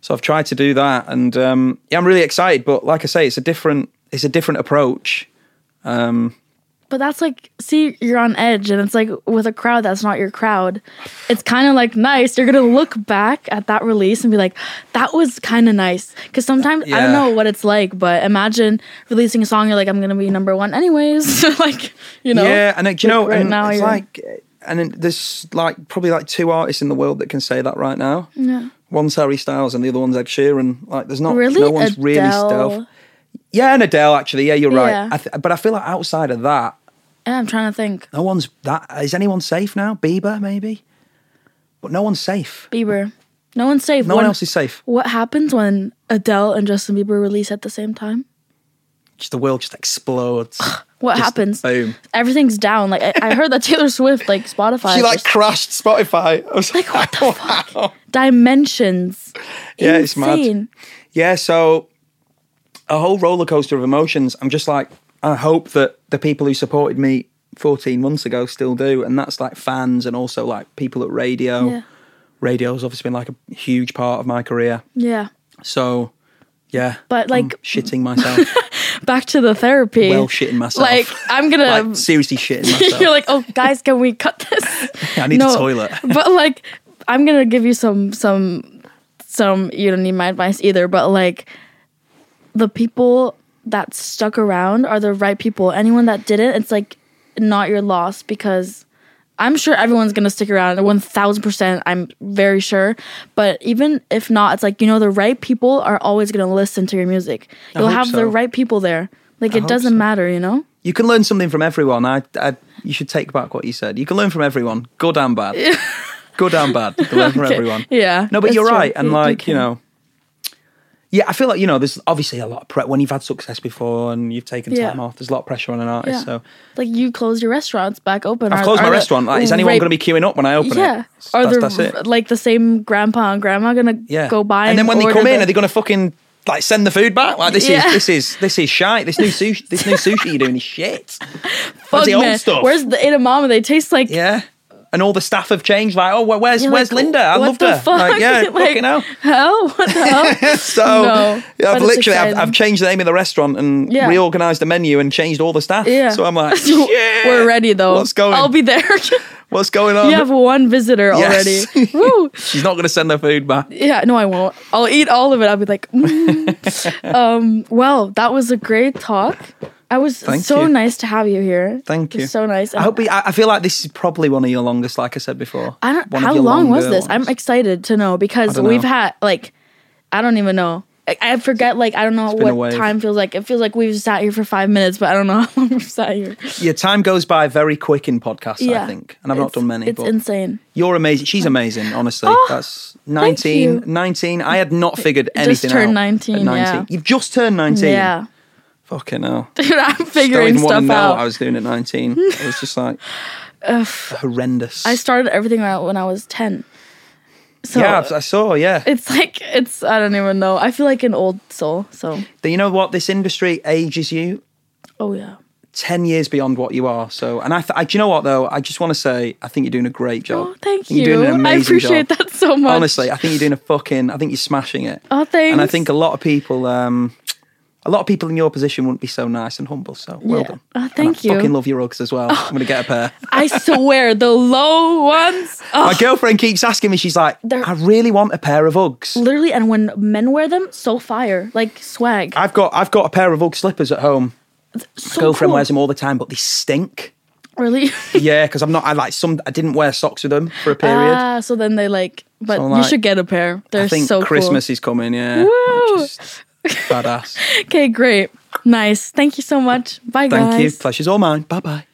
[SPEAKER 3] so I've tried to do that, and um, yeah, I'm really excited. But like I say, it's a different it's a different approach.
[SPEAKER 2] But that's like, see, you're on edge, and it's like with a crowd that's not your crowd. It's kind of like nice. You're gonna look back at that release and be like, that was kind of nice. Because sometimes I
[SPEAKER 3] Yeah.
[SPEAKER 2] don't know what it's like, but imagine releasing a song, you're like, I'm gonna be number one anyways. like, you know.
[SPEAKER 3] yeah, and uh, do you know,
[SPEAKER 2] Like, right
[SPEAKER 3] and
[SPEAKER 2] now
[SPEAKER 3] it's
[SPEAKER 2] you're-
[SPEAKER 3] like, and then there's like probably like two artists in the world that can say that right now.
[SPEAKER 2] Yeah.
[SPEAKER 3] One's Harry Styles, and the other one's Ed Sheeran. Like, there's not
[SPEAKER 2] Really,
[SPEAKER 3] no one's really
[SPEAKER 2] Adele.
[SPEAKER 3] stealth. Yeah, and Adele actually. Yeah, you're
[SPEAKER 2] Yeah.
[SPEAKER 3] right. I th- but I feel like outside of that,
[SPEAKER 2] And I'm trying to think.
[SPEAKER 3] no one's that. Is anyone safe now? Bieber maybe, but no one's safe.
[SPEAKER 2] Bieber. No one's safe.
[SPEAKER 3] No one
[SPEAKER 2] When-
[SPEAKER 3] else is safe.
[SPEAKER 2] What happens when Adele and Justin Bieber release at the same time?
[SPEAKER 3] just the world just explodes.
[SPEAKER 2] What
[SPEAKER 3] Just
[SPEAKER 2] happens?
[SPEAKER 3] boom.
[SPEAKER 2] Everything's down. Like I, I heard that Taylor Swift, like Spotify,
[SPEAKER 3] she like
[SPEAKER 2] just-
[SPEAKER 3] crashed Spotify. I was like,
[SPEAKER 2] what the fuck? Dimensions.
[SPEAKER 3] Yeah, it's mad.
[SPEAKER 2] Insane.
[SPEAKER 3] yeah, so a whole roller coaster of emotions. I'm just like, I hope that the people who supported me 14 months ago still do, and that's like fans and also like people at radio.
[SPEAKER 2] Yeah.
[SPEAKER 3] Radio's obviously been like a huge part of my career.
[SPEAKER 2] Yeah.
[SPEAKER 3] So, yeah,
[SPEAKER 2] But,
[SPEAKER 3] I'm
[SPEAKER 2] like-
[SPEAKER 3] shitting myself,
[SPEAKER 2] Back to the therapy.
[SPEAKER 3] Oh, well shitting myself.
[SPEAKER 2] Like I'm gonna.
[SPEAKER 3] Like, seriously shitting myself.
[SPEAKER 2] Um, you're like, oh guys, can we cut this?
[SPEAKER 3] I need the toilet.
[SPEAKER 2] but like, I'm gonna give you some some some. You don't need my advice either. But like, the people that stuck around are the right people. Anyone that didn't, it's like not your loss because I'm sure everyone's gonna stick around. One thousand percent, I'm very sure. But even if not, it's like you know the right people are always gonna listen to your music. You'll
[SPEAKER 3] hope
[SPEAKER 2] have
[SPEAKER 3] so.
[SPEAKER 2] the right people there. Like it
[SPEAKER 3] hope
[SPEAKER 2] doesn't
[SPEAKER 3] so.
[SPEAKER 2] matter, you know.
[SPEAKER 3] You can learn something from everyone. I, I, you should take back what you said. You can learn from everyone, good and bad. good and bad. You can learn from
[SPEAKER 2] Okay.
[SPEAKER 3] everyone.
[SPEAKER 2] Yeah,
[SPEAKER 3] No, but
[SPEAKER 2] that's
[SPEAKER 3] you're
[SPEAKER 2] true.
[SPEAKER 3] right. And
[SPEAKER 2] You- you
[SPEAKER 3] like you
[SPEAKER 2] can.
[SPEAKER 3] know, yeah, I feel like you know, there's obviously a lot of prep when you've had success before and you've taken
[SPEAKER 2] Yeah.
[SPEAKER 3] time off. There's a lot of pressure on an artist.
[SPEAKER 2] Yeah.
[SPEAKER 3] So
[SPEAKER 2] like you closed your restaurants back open.
[SPEAKER 3] I've closed my restaurant. Like, is anyone going to be queuing up when I open
[SPEAKER 2] Yeah.
[SPEAKER 3] it? That's,
[SPEAKER 2] Are the
[SPEAKER 3] that's it.
[SPEAKER 2] like the same grandpa and grandma going to
[SPEAKER 3] Yeah.
[SPEAKER 2] go by?
[SPEAKER 3] and then when they
[SPEAKER 2] order
[SPEAKER 3] come in,
[SPEAKER 2] the-
[SPEAKER 3] are they going to fucking like send the food back? Like this
[SPEAKER 2] Yeah.
[SPEAKER 3] is this is this is shite. This new sushi, this new sushi you're doing is shit.
[SPEAKER 2] Fuck,
[SPEAKER 3] the old
[SPEAKER 2] man,
[SPEAKER 3] stuff?
[SPEAKER 2] Where's the edamame? They taste like
[SPEAKER 3] Yeah. And all the staff have changed. Like, oh, where- where's
[SPEAKER 2] You're
[SPEAKER 3] where's
[SPEAKER 2] like,
[SPEAKER 3] Linda? I
[SPEAKER 2] what
[SPEAKER 3] loved
[SPEAKER 2] the
[SPEAKER 3] her.
[SPEAKER 2] fuck?
[SPEAKER 3] Like, yeah,
[SPEAKER 2] Like,
[SPEAKER 3] fucking hell.
[SPEAKER 2] hell. What the hell?
[SPEAKER 3] So
[SPEAKER 2] No,
[SPEAKER 3] yeah,
[SPEAKER 2] but
[SPEAKER 3] I've
[SPEAKER 2] it's
[SPEAKER 3] literally I've,
[SPEAKER 2] exciting.
[SPEAKER 3] I've changed the name of the restaurant and
[SPEAKER 2] Yeah.
[SPEAKER 3] reorganized the menu and changed all the staff.
[SPEAKER 2] Yeah.
[SPEAKER 3] So I'm like,
[SPEAKER 2] So
[SPEAKER 3] "Shit,
[SPEAKER 2] We're ready though.
[SPEAKER 3] What's going?
[SPEAKER 2] I'll be there.
[SPEAKER 3] what's going on?
[SPEAKER 2] you have one visitor
[SPEAKER 3] Yes.
[SPEAKER 2] already. Woo.
[SPEAKER 3] She's not going to send her food back.
[SPEAKER 2] Yeah, no, I won't. I'll eat all of it. I'll be like, mm. um, well, that was a great talk. I was
[SPEAKER 3] Thank
[SPEAKER 2] so
[SPEAKER 3] you.
[SPEAKER 2] nice to have you here.
[SPEAKER 3] Thank
[SPEAKER 2] It
[SPEAKER 3] you.
[SPEAKER 2] was So nice.
[SPEAKER 3] I hope. We, I, I feel like this is probably one of your longest. Like I said before,
[SPEAKER 2] I don't.
[SPEAKER 3] one of
[SPEAKER 2] how
[SPEAKER 3] your
[SPEAKER 2] long was
[SPEAKER 3] longer
[SPEAKER 2] this?
[SPEAKER 3] ones.
[SPEAKER 2] I'm excited to know because
[SPEAKER 3] don't know.
[SPEAKER 2] we've had like, I don't even know. I, I forget. Like, I don't know
[SPEAKER 3] been a
[SPEAKER 2] what
[SPEAKER 3] wave.
[SPEAKER 2] time feels like. It feels like we've sat here for five minutes, but I don't know how long we've sat here.
[SPEAKER 3] yeah, time goes by very quick in podcasts. I
[SPEAKER 2] Yeah.
[SPEAKER 3] think, and I've not
[SPEAKER 2] It's-
[SPEAKER 3] done many.
[SPEAKER 2] It's
[SPEAKER 3] but
[SPEAKER 2] insane.
[SPEAKER 3] you're amazing. She's amazing. Honestly, that's 19.
[SPEAKER 2] Oh, you.
[SPEAKER 3] 19. I had not figured anything.
[SPEAKER 2] Just turned
[SPEAKER 3] out at
[SPEAKER 2] 19, yeah.
[SPEAKER 3] You've just turned 19.
[SPEAKER 2] Yeah,
[SPEAKER 3] Fucking hell.
[SPEAKER 2] dude, I'm
[SPEAKER 3] Don't
[SPEAKER 2] figuring
[SPEAKER 3] even want to
[SPEAKER 2] stuff
[SPEAKER 3] know
[SPEAKER 2] out.
[SPEAKER 3] what I was doing at 19. It was just like horrendous.
[SPEAKER 2] I started everything out when I was ten. So
[SPEAKER 3] yeah, I I saw. Yeah,
[SPEAKER 2] it's like it's. I don't even know. I feel like an old soul. So
[SPEAKER 3] you know what? This industry ages you
[SPEAKER 2] oh yeah.
[SPEAKER 3] ten years beyond what you are. So, and I, th- I do you know what though? I just want to say, I think you're doing a great job.
[SPEAKER 2] Oh, thank
[SPEAKER 3] I think
[SPEAKER 2] you.
[SPEAKER 3] You're doing an
[SPEAKER 2] I
[SPEAKER 3] amazing
[SPEAKER 2] appreciate
[SPEAKER 3] job.
[SPEAKER 2] that so much.
[SPEAKER 3] Honestly, I think you're doing a fucking. I think you're smashing it.
[SPEAKER 2] Oh, thanks.
[SPEAKER 3] And I think a lot of people, um, a lot of people in your position wouldn't be so nice and humble. So well
[SPEAKER 2] Yeah.
[SPEAKER 3] done.
[SPEAKER 2] Oh,
[SPEAKER 3] And
[SPEAKER 2] thank
[SPEAKER 3] I
[SPEAKER 2] you. Oh.
[SPEAKER 3] Fucking love your rugs as well. I'm gonna get a pair.
[SPEAKER 2] I swear the low ones. Oh,
[SPEAKER 3] My girlfriend keeps asking me. She's like,
[SPEAKER 2] They're-
[SPEAKER 3] I really want a pair of Uggs.
[SPEAKER 2] literally and when men wear them so fire like swag
[SPEAKER 3] I've got I've got a pair of Ugg slippers at home.
[SPEAKER 2] so
[SPEAKER 3] Girlfriend
[SPEAKER 2] cool.
[SPEAKER 3] wears them all the time, but they stink.
[SPEAKER 2] really
[SPEAKER 3] Yeah, because I'm not. I like some. I didn't wear socks with them for a period.
[SPEAKER 2] ah so then they like but
[SPEAKER 3] So,
[SPEAKER 2] you
[SPEAKER 3] like,
[SPEAKER 2] should get a pair they're
[SPEAKER 3] I think
[SPEAKER 2] so
[SPEAKER 3] Christmas is coming. Yeah,
[SPEAKER 2] Woo!
[SPEAKER 3] Just badass.
[SPEAKER 2] cool okay great nice thank you so much bye
[SPEAKER 3] Thank
[SPEAKER 2] guys
[SPEAKER 3] you. Pleasure's all mine. Bye bye.